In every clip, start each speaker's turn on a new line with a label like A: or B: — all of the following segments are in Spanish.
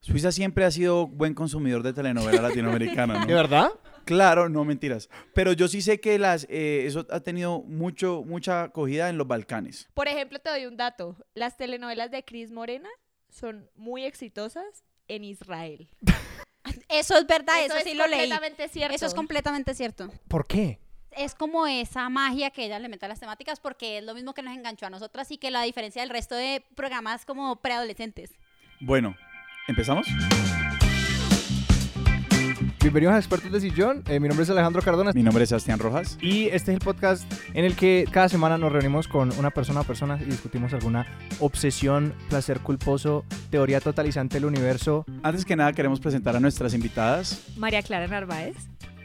A: Suiza siempre ha sido buen consumidor de telenovela latinoamericana,
B: ¿De
A: ¿no?
B: verdad?
A: Claro, no mentiras. Pero yo sí sé que las, eh, eso ha tenido mucho, mucha acogida en los Balcanes.
C: Por ejemplo, te doy un dato. Las telenovelas de Cris Morena son muy exitosas en Israel.
D: Eso es verdad, eso, sí lo leí.
C: completamente cierto.
D: Eso es completamente cierto.
B: ¿Por qué?
D: Es como esa magia que ella le mete a las temáticas porque es lo mismo que nos enganchó a nosotras y que la diferencia del resto de programas como preadolescentes.
A: Bueno, ¿empezamos?
B: Bienvenidos a Expertos de Sillón. Eh, mi nombre es Alejandro Cardona.
A: Mi nombre es Sebastián Rojas.
B: Y este es el podcast en el que cada semana nos reunimos con una persona a persona y discutimos alguna obsesión, placer culposo, teoría totalizante del universo.
A: Antes que nada queremos presentar a nuestras invitadas.
C: María Clara Narváez.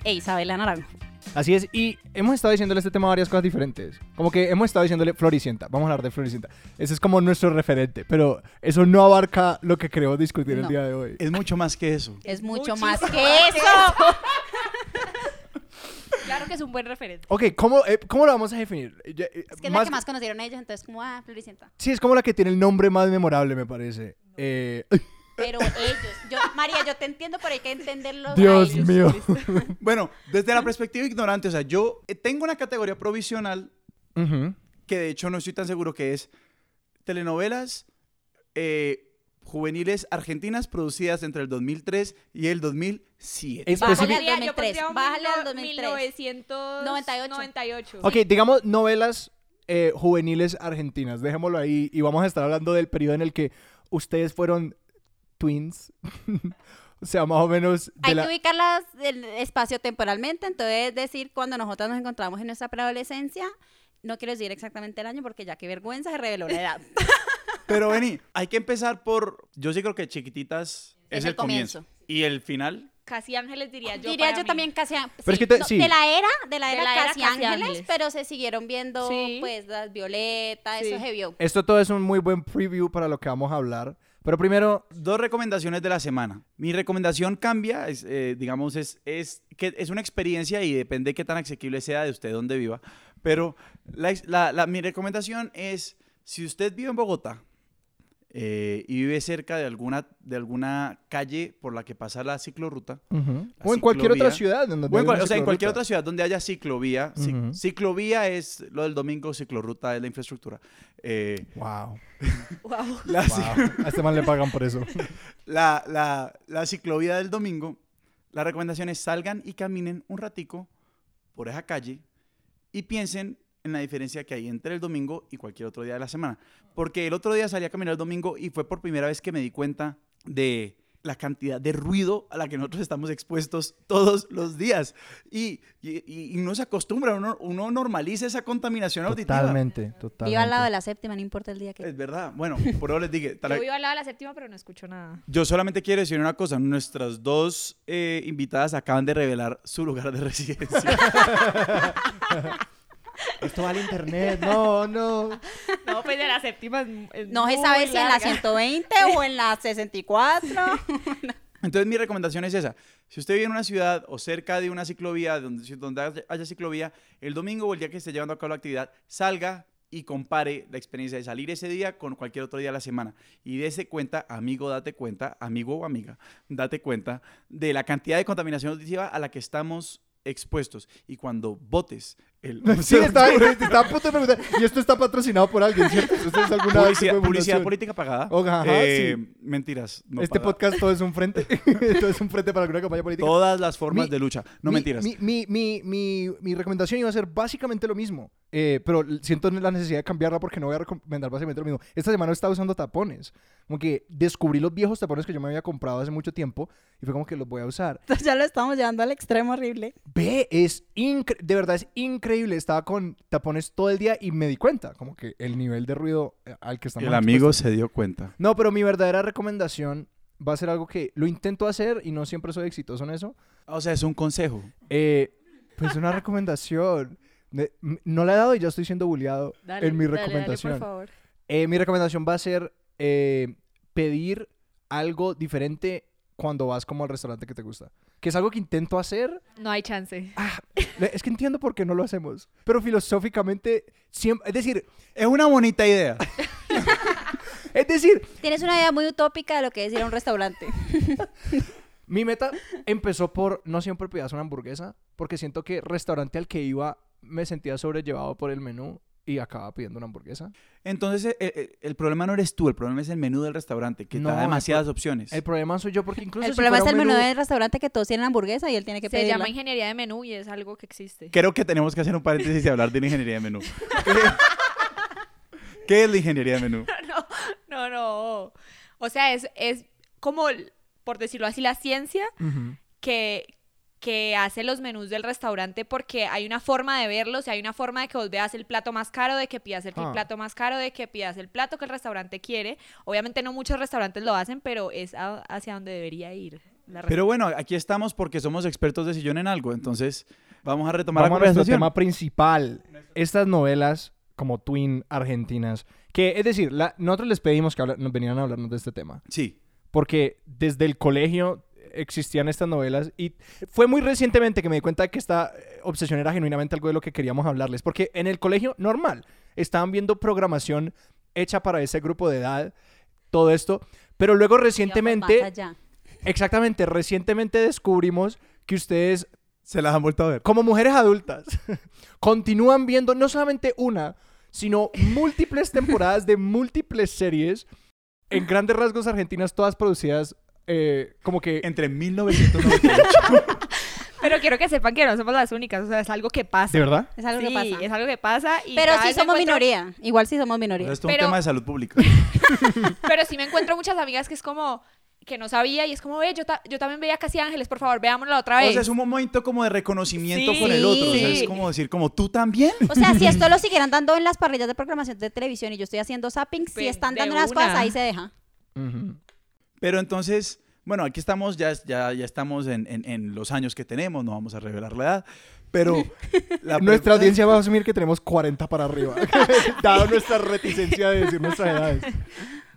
D: E Isabela Naranjo.
B: Así es, y hemos estado diciéndole a este tema varias cosas diferentes. Como que hemos estado diciéndole Floricienta, vamos a hablar de Floricienta. Ese es como nuestro referente, pero eso no abarca lo que queremos discutir el
D: No.
B: día de hoy.
A: Es mucho más que eso.
D: Es mucho
C: Muchísimo
D: más que
C: más que
D: eso.
C: Claro que es un buen referente.
B: Ok, ¿cómo, eh, ¿cómo lo vamos a definir? Ya, eh,
D: Es que es la
B: más-
D: que más conocieron ellos, entonces como, ah, Floricienta.
B: Sí, es como la que tiene el nombre más memorable, me parece. Eh,
D: Pero ellos, yo, María, yo te entiendo, pero hay que entenderlos. a
B: Dios
D: ellos.
B: mío.
A: Bueno, desde la perspectiva ignorante, o sea, yo eh, tengo una categoría provisional
B: Ujú.
A: que de hecho no estoy tan seguro que es telenovelas eh, juveniles argentinas producidas entre el 2003 y el 2007.
B: Específic-
D: Bájale
C: Pondría-
D: al 2003,
C: yo pondría un
D: bájale al 2003.
C: 1998.
D: 98.
C: 98.
B: Ok, digamos novelas eh, juveniles argentinas. Dejémoslo ahí y vamos a estar hablando del periodo en el que ustedes fueron twins. o sea, más o menos de
D: Hay
B: la...
D: que ubicarlas del espacio temporalmente, entonces decir cuando nosotras nos encontramos en nuestra preadolescencia, no quiero decir exactamente el año porque ya qué vergüenza se reveló la edad.
A: Pero vení, hay que empezar por. Yo sí creo que Chiquititas es,
D: Es
A: el
D: el comienzo.
A: comienzo. Y el final.
C: Casi Ángeles diría yo.
D: Diría
C: para
D: yo
C: mí.
D: también casi, a-
B: Pero es que te- sí.
D: de la era, de la
C: De
D: era
C: la era
D: casi,
C: Casi
D: ángeles,
C: Ángeles.
D: pero se siguieron viendo
C: Sí.
D: pues las violetas,
C: Sí.
D: eso se vio.
B: Esto todo es un muy buen preview para lo que vamos a hablar. Pero primero,
A: Dos recomendaciones de la semana. Mi recomendación cambia, es, eh, digamos, es, es que es una experiencia y depende qué tan asequible sea de usted donde viva. Pero la ex- la- la- mi recomendación es: si usted vive en Bogotá eh, y vive cerca de alguna, de alguna calle por la que pasa la ciclorruta,
B: o en cualquier otra
A: ciclovía.
B: ciudad. en donde
A: O en,
B: haya
A: cual-
B: una
A: o sea, en cualquier
B: ciclorruta.
A: otra ciudad donde haya ciclovía. Ci-
B: Ujú.
A: Ciclovía es lo del domingo, ciclorruta es la infraestructura. Eh,
B: Wow.
C: Wow.
A: la, ci-
B: wow. A este man le pagan por eso.
A: la- la- la ciclovía del domingo, la recomendación es salgan y caminen un ratico por esa calle y piensen en la diferencia que hay entre el domingo y cualquier otro día de la semana. Porque el otro día salí a caminar el domingo y fue por primera vez que me di cuenta de la cantidad de ruido a la que nosotros estamos expuestos todos los días. Y, y, y- y no se acostumbra, uno, uno normaliza esa contaminación auditiva.
B: Totalmente, totalmente.
D: Viva al lado de la séptima, no importa el día que...
C: Eh,
A: Es verdad. Bueno, por eso les dije. tal-
C: Yo vivo al lado de la séptima, pero no escucho nada.
A: Yo solamente quiero decir una cosa. Nuestras dos eh, invitadas acaban de revelar su lugar de residencia.
B: Esto va al internet. No, no.
C: No, pues de la séptima es- es
D: No se
C: muy
D: sabe si en la
C: larga.
D: 120 o en la 64.
A: Entonces mi recomendación es esa. Si usted vive en una ciudad o cerca de una ciclovía, donde, si- donde haya- haya ciclovía, el domingo o el día que esté llevando a cabo la actividad, salga y compare la experiencia de salir ese día con cualquier otro día de la semana. Y dése cuenta, amigo, date cuenta, amigo o amiga, date cuenta de la cantidad de contaminación auditiva a la que estamos expuestos. Y cuando votes el...
B: Sí, estaba, estaba a punto de preguntar. Y esto está patrocinado por alguien, ¿cierto? Esto es alguna tipo
A: publicidad,
B: de
A: publicidad
B: fundación.
A: política pagada.
B: Ok, ajá,
A: Eh, Mentiras. no
B: este
A: pagada.
B: podcast todo es un frente. todo es un frente para alguna campaña política.
A: Todas las formas
B: Mi-
A: de lucha. No
B: Mi-
A: mentiras.
B: Mi, mi, mi, mi, mi recomendación iba a ser básicamente lo mismo. Eh, pero siento la necesidad de cambiarla porque no voy a recomendar básicamente lo mismo. Esta semana estaba usando tapones. Como que descubrí los viejos tapones que yo me había comprado hace mucho tiempo y fue como que los voy a usar.
D: Entonces ya lo estamos llevando al extremo horrible.
B: Ve, es incre- de verdad es increíble. Estaba con tapones todo el día y me di cuenta, como que el nivel de ruido eh, al que estamos
A: el amigo
B: expuestos.
A: se dio cuenta.
B: No, pero mi verdadera recomendación va a ser algo que lo intento hacer y no siempre soy exitoso en eso.
A: O sea, es un consejo.
B: Eh, pues una recomendación. Ne- m- No la he dado y ya estoy siendo bulleado
C: Dale,
B: en mi
C: dale, dale,
B: recomendación.
C: por favor.
B: Eh, mi recomendación va a ser eh, pedir algo diferente cuando vas como al restaurante que te gusta. Que es algo que intento hacer.
C: No hay chance.
B: Le- Es que entiendo por qué no lo hacemos. Pero filosóficamente, siempre, es decir,
A: Es una bonita idea.
B: Es decir,
D: Tienes una idea muy utópica de lo que es ir a un restaurante.
B: mi meta empezó por no siempre pidas una hamburguesa, porque siento que restaurante al que iba me sentía sobrellevado por el menú y acababa pidiendo una hamburguesa.
A: Entonces, eh, eh, el, problema no eres tú, el problema es el menú del restaurante, que
B: No,
A: te da
B: el
A: demasiadas opciones.
B: El problema soy yo porque incluso
D: El
B: si
D: problema es
B: fuera
D: el
B: un
D: menú del restaurante que todos tienen hamburguesa y él tiene que
C: Se
D: pedirla.
C: llama ingeniería de menú y es algo que existe.
A: Creo que tenemos que hacer un paréntesis y hablar de la ingeniería de menú. ¿Qué es la ingeniería de menú?
C: No, no, no. O sea, es, es como, por decirlo así, la ciencia
B: Ujú.
C: que, que hace los menús del restaurante porque hay una forma de verlos y hay una forma de que vos veas el plato más caro, de que pidas el
B: Ah.
C: plato más caro, de que pidas el plato que el restaurante quiere. Obviamente no muchos restaurantes lo hacen, pero es a- hacia donde debería ir. la
A: Pero bueno, aquí estamos porque somos expertos de sillón en algo, entonces vamos a retomar la
B: Vamos a nuestro
A: conversación.
B: tema principal. Estas novelas como Twin argentinas, que es decir, la- nosotros les pedimos que habla- nos venían a hablarnos de este tema,
A: Sí,
B: porque desde el colegio existían estas novelas y fue muy recientemente que me di cuenta de que esta eh, obsesión era genuinamente algo de lo que queríamos hablarles, porque en el colegio normal estaban viendo programación hecha para ese grupo de edad, todo esto, pero luego
D: Digamos,
B: recientemente,
D: más allá.
B: exactamente, recientemente descubrimos que ustedes
A: se las han vuelto a ver.
B: como mujeres adultas, continúan viendo no solamente una, sino múltiples temporadas de múltiples series, en grandes rasgos argentinas, todas producidas eh, como que...
A: Entre 1998.
C: verdad. Pero quiero que sepan que no somos las únicas, o sea, es algo que pasa.
B: verdad?
D: Es algo
C: Sí,
D: que pasa.
C: es algo que pasa. y
D: Pero
C: cada
D: sí
C: vez
D: somos
C: encuentro-
D: minoría. Igual sí somos
A: O sea,
D: minoría.
A: esto es un
C: Pero-
A: tema de salud pública.
C: Pero sí me encuentro muchas amigas que es como que no sabía y es como, ve, yo, ta- yo también veía Casi Ángeles, por favor, veámosla otra vez.
A: O sea, es un momento como de reconocimiento
C: Sí,
A: con el otro. O sea,
C: sí.
A: es como decir, como tú también.
D: O sea, si esto lo siguieran dando en las parrillas de programación de televisión y yo estoy haciendo zapping, si
C: Ven,
D: están
C: Pues, de
D: dando las
C: una.
D: cosas, ahí se deja.
A: Pero entonces, bueno, aquí estamos, ya, ya, ya estamos en, en- en los años que tenemos, no vamos a revelar la edad, pero la
B: Nuestra
A: pregunta-
B: audiencia va a asumir que tenemos 40 para arriba, dado nuestra reticencia de decir nuestras edades.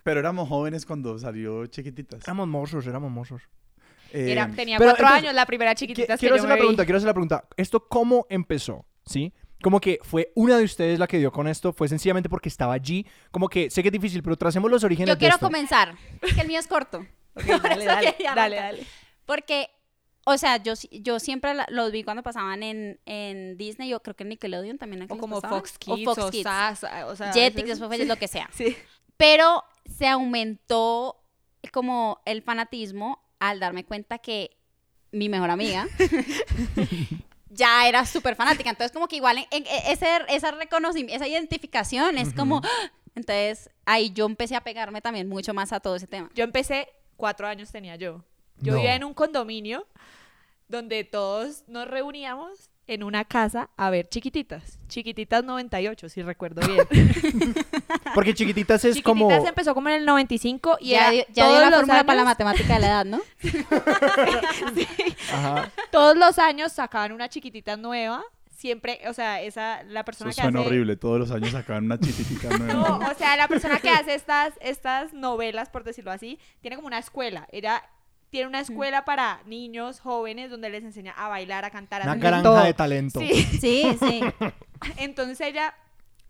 A: Pero éramos jóvenes cuando salió Chiquititas.
B: Éramos mozos, éramos mozos.
A: Eh,
C: Era- tenía
B: pero
C: cuatro
B: entonces,
C: años la primera chiquitita.
B: Qui- Quiero hacer la pregunta, quiero hacer la pregunta. ¿Esto cómo empezó? ¿Sí? Como que fue una de ustedes la que dio con esto, fue sencillamente porque estaba allí. Como que sé que es difícil, pero tracemos los orígenes
D: Yo
B: de
D: quiero
B: esto.
D: comenzar. Es que el mío es corto.
C: dale, dale, dale, dale.
D: Porque, o sea, yo, si- yo siempre la- los vi cuando pasaban en, en Disney, yo creo que en Nickelodeon también. era que
C: O
D: los
C: como
D: pasaban.
C: Fox Kids,
D: o Fox
C: o
D: Kids.
C: Zaz, o sea,
D: Jetix,
C: veces-
D: después fue lo que sea.
C: Sí.
D: Pero se aumentó como el fanatismo al darme cuenta que mi mejor amiga ya era súper fanática. Entonces, como que igual en- en- ese, esa reconocimiento, esa identificación es como... ¡ah! Entonces, ahí yo empecé a pegarme también mucho más a todo ese tema.
C: Yo empecé, cuatro años tenía yo. Yo
B: No.
C: vivía en un condominio donde todos nos reuníamos en una casa a ver chiquititas. Chiquititas 98, si recuerdo bien.
B: Porque chiquititas es
C: chiquititas
B: como.
C: empezó como en el 95 y
D: ya
C: era
D: dio, ya dio
C: todos
D: la
C: los
D: fórmula para la
C: años-
D: matemática de la edad, ¿no?
B: Ajá.
C: todos los años sacaban una chiquitita nueva. Siempre, o sea, esa, la persona
A: Eso
C: que hace...
A: suena horrible, todos los años sacaban una chiquitita
C: No,
A: nueva.
C: o sea, la persona que hace estas, estas novelas, por decirlo así, tiene como una escuela. Ella tiene una escuela para niños jóvenes donde les enseña a bailar, a cantar, a
B: Una
C: hacer de
B: granja
C: todo.
B: de talento.
C: Sí.
D: Sí, sí.
C: Entonces ella,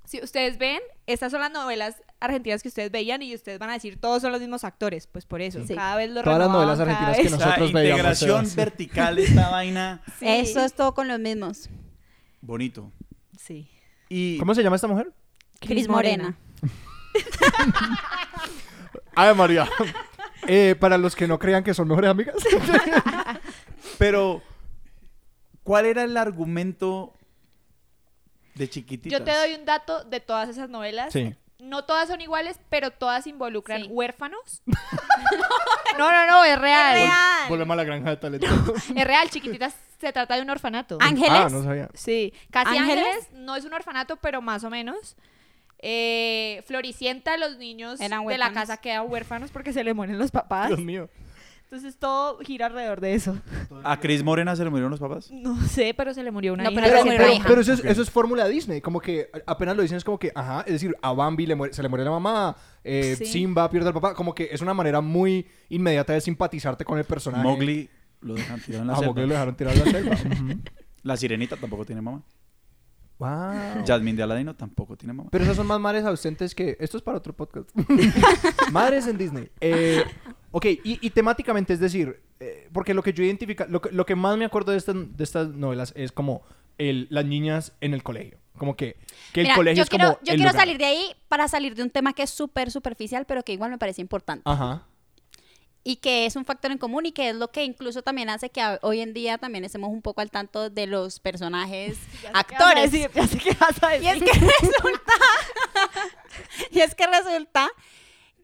C: si ustedes ven, estas son las novelas argentinas que ustedes veían y ustedes van a decir, todos son los mismos actores. Pues por eso,
D: Sí.
C: cada vez lo
B: Todas las
C: renovaban,
B: novelas
C: cada
B: argentinas
C: vez-
B: que nosotros
A: la
B: veíamos,
A: integración
B: Sebas.
A: vertical esta vaina.
C: Sí.
D: Eso es todo con los mismos.
A: Bonito.
C: Sí.
A: Y
B: ¿Cómo se llama esta mujer?
D: Cris Morena.
B: Ay, María. Eh, para los que no crean que son mejores amigas.
A: Pero, ¿cuál era el argumento de chiquititas?
C: Yo te doy un dato de todas esas novelas.
B: Sí.
C: No todas son iguales, pero todas involucran
D: Sí.
C: huérfanos. no, no, no, es real. Es real.
B: Volvemos a la granja de talento.
C: chiquititas se trata de un orfanato.
D: Ángeles.
B: Ah, no sabía.
C: Sí, Casi
D: ¿Ángeles?
C: Ángeles? no es un orfanato, pero más o menos. Eh, Floricienta, los niños
D: Eran
C: de la
D: huérfanos.
C: casa quedan huérfanos porque se le mueren los papás.
B: Dios mío.
C: Entonces todo gira alrededor de eso.
A: ¿A Cris Morena se le murieron los papás?
C: No sé, pero se le murió una
D: No,
C: hija.
D: pero
B: Pero,
D: se
B: pero-
D: raja.
B: pero eso, es,
A: Ok.
B: eso es fórmula Disney, como que apenas lo dicen es como que, ajá, es decir, a Bambi le muere- se le muere la mamá, eh,
C: Sí.
B: Simba pierde al papá, como que es una manera muy inmediata de simpatizarte con el personaje.
A: Mowgli lo dejan tirado en la
B: Ah, Mowgli
A: selva.
B: lo dejaron tirar a la selva. Ujú.
A: La sirenita tampoco tiene mamá.
B: Wow.
A: Jasmine de Aladino tampoco tiene mamá.
B: Pero esas son más madres ausentes que... Esto es para otro podcast. madres en Disney. Eh, ok, y, y temáticamente, es decir, eh, porque lo que yo identifica... Lo que, lo que más me acuerdo de, estas- de estas novelas es como el, las niñas en el colegio. Como que, que el
D: Mira,
B: colegio
D: yo
B: es
D: quiero,
B: como
D: yo
B: el
D: quiero
B: lugar.
D: salir de ahí para salir de un tema que es súper superficial, pero que igual me parece importante.
B: Ajá.
D: Y que es un factor en común y que es lo que incluso también hace que a- hoy en día también estemos un poco al tanto de los personajes actores.
C: Sí, ya sé qué vas a
D: Y es
C: decir.
D: que resulta. y es que resulta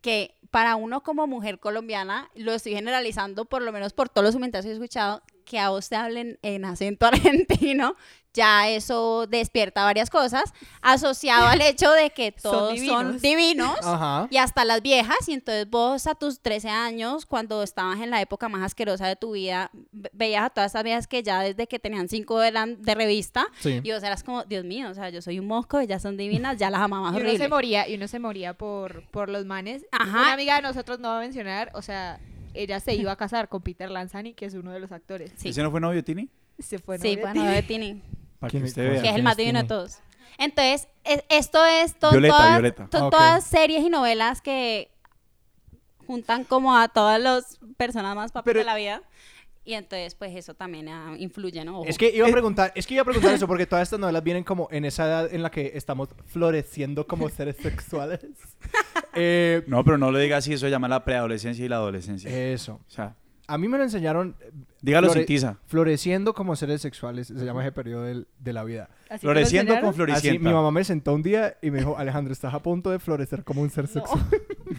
D: que para uno como mujer colombiana, lo estoy generalizando por lo menos por todos los comentarios que he escuchado, que a vos te hablen en acento argentino, ya eso despierta varias cosas, asociado al hecho de que
C: Son
D: todos son divinos.
C: divinos. Ah.
B: Ajá.
D: Y hasta las viejas, y entonces vos a tus 13 años, cuando estabas en la época más asquerosa de tu vida, ve- veías a todas esas viejas que ya desde que tenían 5 eran de revista,
B: Sí.
D: y vos eras como, Dios mío, o sea, yo soy un mosco, ellas son divinas, ya las amabas
C: Y uno se
D: Ah, horrible.
C: moría, y uno se moría por, por los manes.
D: Ajá.
C: Una amiga de nosotros no va a mencionar, o sea, ella se iba a casar con Peter Lanzani, que es uno de los actores.
D: Sí.
A: ¿Ese no fue novio de Tini?
C: Se fue
D: sí,
C: novio
D: bueno,
C: de ti.
D: de Tini,
A: Para que
B: ¿Quién-
A: usted
B: cómo
A: vea.
B: se
D: que es el
B: quién
D: más
B: es
D: divino de
B: Tini?
D: todos. Entonces, es- esto es to-
A: Violeta,
D: todas,
A: Violeta.
D: to-
B: Ah, ok.
D: todas series y novelas que juntan como a todas las personas más papas
A: Pero-
D: de la vida. Y entonces, pues eso también ah, influye, ¿no? Eh. Ojo.
B: Es que iba a preguntar, es que iba a preguntar eso porque todas estas novelas vienen como en esa edad en la que estamos floreciendo como seres sexuales. Eh,
A: No, pero no lo diga así, eso se llama la preadolescencia y la adolescencia.
B: eso.
A: o sea,
B: A mí me lo enseñaron eh,
A: dígalo
B: flore-
A: sin tiza.
B: floreciendo como seres sexuales, se llama ese periodo del- de la vida.
C: Así que lo
A: Floreciendo con
C: enseñaron.
A: floricienta.
B: Así, mi mamá me sentó un día y me dijo, Alejandro, estás a punto de florecer como un ser sexual.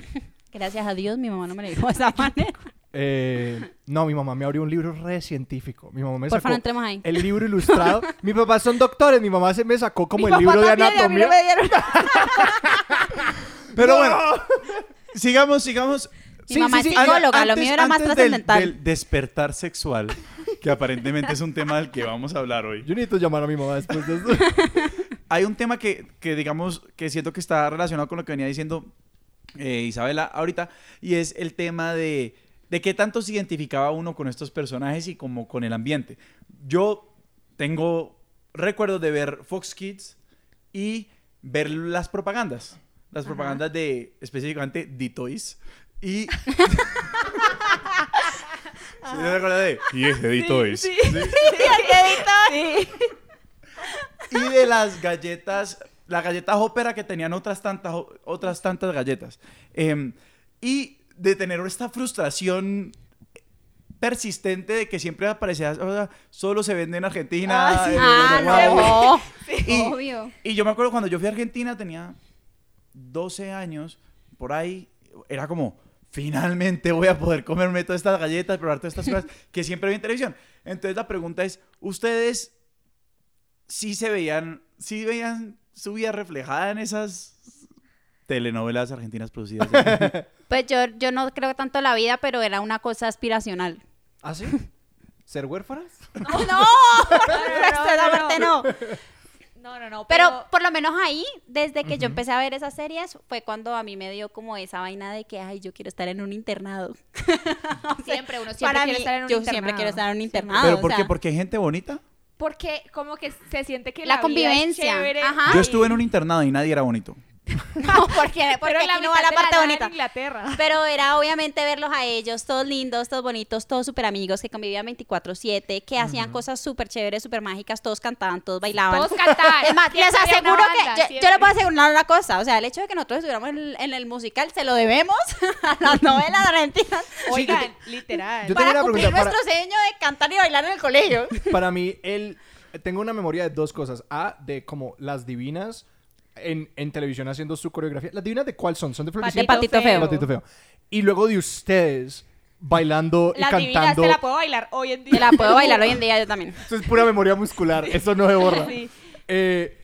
D: Gracias a Dios, mi mamá no me lo dijo de esa manera.
B: Eh, no, mi mamá me abrió un libro re científico. Mi mamá me
D: Por
B: sacó
D: favor, no entremos ahí.
B: el libro ilustrado. Mis papás son doctores, mi mamá se me sacó como
C: Mi
B: el libro
C: papá
B: de
C: también, y a mí
B: anatomía.
C: no me dieron-
A: Pero bueno, sigamos, sigamos.
D: Mi mamá es psicóloga, lo mío era más
A: antes del-
D: trascendental.
A: Del, despertar sexual, que aparentemente es un tema del que vamos a hablar hoy.
B: Yo necesito llamar a mi mamá después de esto.
A: Hay un tema que, que digamos, que siento que está relacionado con lo que venía diciendo eh, Isabela ahorita, y es el tema de, de qué tanto se identificaba uno con estos personajes y como con el ambiente. Yo tengo recuerdos de ver Fox Kids y ver las propagandas. Las propagandas de específicamente D-Toys. Y. ¿Sí te acuerdas de? Y es de D-Toys.
C: Sí.
A: y de las galletas, la galleta ópera que tenían otras tantas, otras tantas galletas. Em, y de tener esta frustración persistente de que siempre aparecía, o sea, solo se vende en Argentina.
C: Ah, sí.
A: en
D: Ah,
A: Uruguay.
D: no.
A: Y-
D: Obvio.
A: Y yo me acuerdo cuando yo fui a Argentina tenía 12 años, por ahí, era como, finalmente voy a poder comerme todas estas galletas, probar todas estas cosas que siempre vi en televisión. Entonces la pregunta es, ¿ustedes sí se veían, sí veían su vida reflejada en esas telenovelas argentinas producidas?
D: Pues yo, yo no creo tanto la vida, pero era una cosa aspiracional.
B: ¿Ah, sí? ¿Ser huérfanas?
D: ¡No! no,
C: no, no.
D: no.
C: No, no, no.
D: Pero por lo menos ahí, desde que yo empecé a ver esas series, fue cuando a mí me dio como esa vaina de que, ay, yo quiero estar en un internado.
C: siempre uno siempre
D: Para
C: quiere
D: mí,
C: estar en un
D: yo
C: internado.
D: siempre quiero estar en un internado.
A: ¿Pero
D: Ah, o
A: por qué?
D: sea,
A: ¿Porque hay gente bonita?
C: Porque como que se siente que
D: La
C: la, vida es
D: convivencia,
C: chévere
D: ajá.
A: Yo
C: y-
A: estuve en un internado y nadie era bonito.
D: No, porque, porque
C: Pero la
D: aquí no va
C: mitad
D: la
C: de
D: parte
C: nada en
D: bonita.
C: Inglaterra.
D: Pero era obviamente verlos a ellos, todos lindos, todos bonitos, todos súper amigos, que convivían 24-7, que hacían cosas súper chéveres, súper mágicas, todos cantaban, todos bailaban.
C: Todos cantaban.
D: es más, les
C: Siempre había
D: aseguro
C: una banda,
D: que yo, yo
C: siempre.
D: les puedo asegurar una cosa, o sea, el hecho de que nosotros estuviéramos en el, en el musical se lo debemos a las novelas argentinas
C: Oigan, literal.
B: yo te- tengo
D: para
B: una
D: cumplir
B: pregunta, para-
D: nuestro sueño de cantar y bailar en el colegio.
B: Para mí, él... Tengo una memoria de dos cosas. A, de como las divinas en, en televisión haciendo su coreografía. ¿Las divinas de cuál son? ¿Son de
D: De
B: Floricienta?
D: Patito Feo.
B: Patito Feo. Y luego de ustedes bailando y
C: La divina
B: cantando.
C: te la puedo bailar hoy en día.
D: Te la puedo bailar hoy en día yo también.
B: Eso es pura memoria muscular. Eso no se borra.
C: Sí.
B: Eh,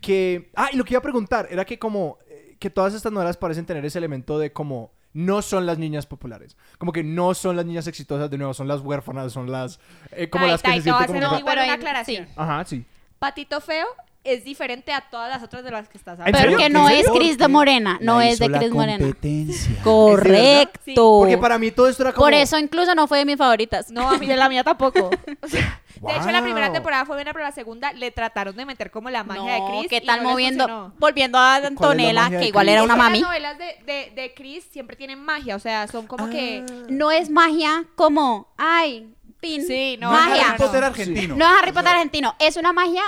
B: que... Ah, y lo que iba a preguntar era que como... eh, Que todas estas novelas parecen tener ese elemento de como... No son las niñas populares. Como que no son las niñas exitosas de nuevo. Son las huérfanas, son las... eh, como
C: Ay,
B: las que
C: Taika
B: se
C: va a
B: sienten como...
C: hacer
B: que-
C: un igual
D: Pero
C: una
D: en-
C: aclaración.
D: sí.
B: Ajá, sí.
C: Patito Feo es diferente a todas las otras de las que estás
B: ¿En
C: hablando.
B: serio?
D: Pero que
B: ¿En
D: no es
B: serio?
D: Cris de Morena, no
A: La
D: es
A: hizo
D: de
A: la
D: Cris Morena.
A: competencia.
D: Correcto.
C: Sí,
B: Porque para mí todo esto era como...
D: Por eso incluso no fue de mis favoritas.
C: No, a mí de la mía tampoco. O sea, De hecho, la primera
B: Wow.
C: temporada fue buena, pero la segunda le trataron de meter como la magia
D: No,
C: de Chris.
D: ¿qué
C: y
D: tal
C: no les
D: moviendo?
C: funcionó.
D: Volviendo a Antonela,
B: magia de
D: que igual
B: Chris?
D: era una
C: Es que
D: mami.
C: Las novelas de, de, de Chris siempre tienen magia, o sea, son como que.
D: No es magia como, ay, pin.
C: Sí, no,
D: magia.
A: Harry Potter
C: no.
A: argentino.
D: No es Harry Potter argentino, es una magia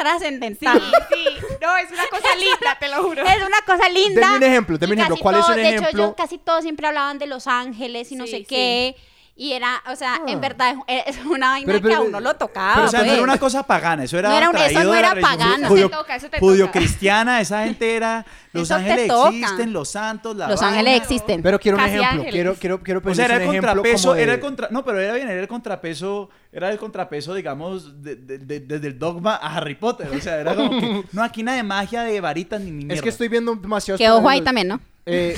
D: trascendental.
C: Sí, no, es una cosa linda, te lo juro.
D: Es una cosa linda.
B: Deme un ejemplo, deme
D: Y
B: un ejemplo.
D: casi
B: ¿Cuál es
D: todo-
B: un
D: De hecho,
B: ejemplo?
D: yo- casi todos siempre hablaban de Los Ángeles y no
C: Sí,
D: sé
C: sí.
D: qué. Y era, o sea,
B: Ah.
D: en verdad es es una vaina
B: Pero-
D: que a
B: pero-
D: uno lo tocaba.
A: Pero, o sea, no
D: pues.
A: era una cosa pagana, eso era
D: No era un- eso
A: traído
D: no
A: de la
D: era
A: religión
D: pagana.
A: judío-
C: Eso te toca, eso te
A: judío
C: toca.
A: cristiana, esa gente era Los
D: Eso te
A: Ángeles
D: toca.
A: existen, los santos, la
D: Los
A: vaina.
D: Ángeles existen.
B: Ah, Pero quiero un
C: Casi
B: ejemplo.
C: ángeles.
B: Quiero, quiero, quiero
A: O sea,
B: pensar
A: era el
B: un ejemplo
A: contrapeso,
B: como de-
A: era el contra... No, pero era bien, era el contrapeso, era el contrapeso, digamos, de- de- de- desde el dogma a Harry Potter. O sea, era como que, no, aquí nada de magia, de varitas, ni, ni mierda.
B: Es que estoy viendo demasiados...
D: Que ojo ahí
B: paralelos.
D: también, ¿no?
B: Eh,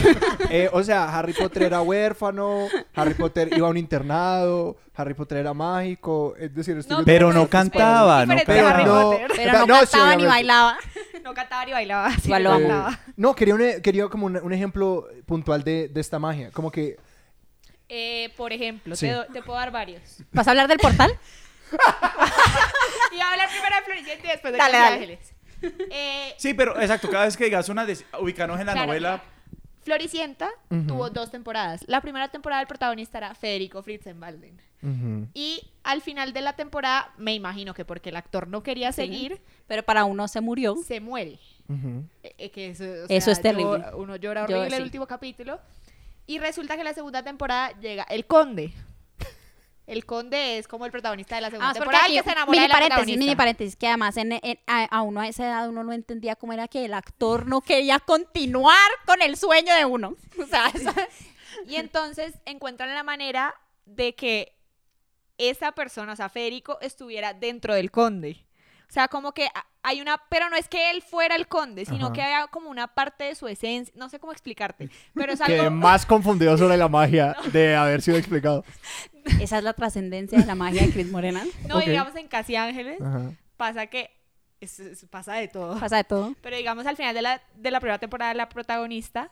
B: eh, o sea, Harry Potter era huérfano, Harry Potter iba a un internado, Harry Potter era mágico, es decir, estoy viendo-
A: Pero no cantaba, no
C: diferente
B: pero
C: a Harry
A: cantaba.
B: no-
C: Potter.
D: Pero no,
B: No, sí,
D: cantaba ni
B: obviamente.
D: bailaba.
C: No cantaba ni bailaba. sí,
D: Igual lo
C: no
D: amo.
C: cantaba.
B: Eh, no, quería, un, quería como un, un ejemplo puntual de, de esta magia, como que...
C: Eh, por ejemplo,
B: Sí.
C: te, do- te puedo dar varios.
D: ¿Vas a hablar del portal?
C: Y hablar primero de Floricienta y después de
D: Dale,
C: Los
D: dale.
C: Ángeles. Eh,
A: Sí, pero exacto, cada vez que digas una, de- ubicanos en la
C: Claro,
A: novela.
C: mira, Floricienta
B: Ujú.
C: tuvo dos temporadas. La primera temporada el protagonista era Federico Fritzenbalden.
B: ujú.
C: Y al final de la temporada, me imagino que porque el actor no quería seguir,
D: Pero para uno se murió.
C: se muere.
B: Ujú.
C: Eh, eh, que eso, o
D: Eso
C: sea,
D: es terrible.
C: yo- uno llora
D: Yo,
C: horrible el
D: sí.
C: último capítulo. Y resulta que la segunda temporada llega el conde. El conde es como el protagonista de la segunda
D: Ah, porque
C: temporada. el
D: aquí-
C: que se enamora
D: mini
C: de la
D: paréntesis,
C: protagonista.
D: mini paréntesis, que además en, en- a, a uno a esa edad uno no entendía cómo era que el actor no quería continuar con el sueño de uno. O sea, eso-
C: Y entonces encuentran la manera de que esa persona, o sea, Federico, estuviera dentro del conde. O sea, como que a- hay una, pero no es que él fuera el conde, sino
B: Ajá.
C: que haya como una parte de su esencia, no sé cómo explicarte, pero es
B: Quedé
C: algo,
B: más confundido sobre la magia de haber sido explicado.
D: esa es la trascendencia de la magia de Cris Morena.
C: no
B: ok. Ah.
C: digamos en Casi Ángeles,
B: Ajá.
C: pasa que es- es- pasa de todo.
D: Pasa de todo.
C: Pero digamos al final de la, de la primera temporada la protagonista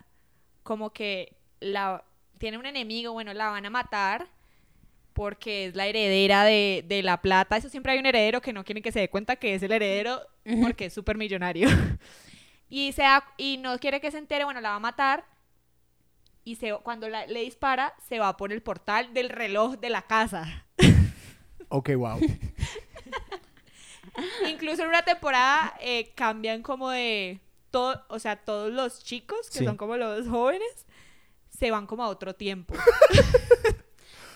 C: como que la tiene un enemigo, bueno, la van a matar porque es la heredera de, de la plata. Eso siempre hay un heredero que no quieren que se dé cuenta que es el heredero
D: Ujú.
C: porque es súper millonario. y, se da- y no quiere que se entere, bueno, la va a matar. Y se, cuando la- le dispara, se va por el portal del reloj de la casa.
B: Ok, wow.
C: Incluso en una temporada eh, cambian como de todo, o sea, todos los chicos, que
B: Sí.
C: son como los jóvenes, se van como a otro tiempo.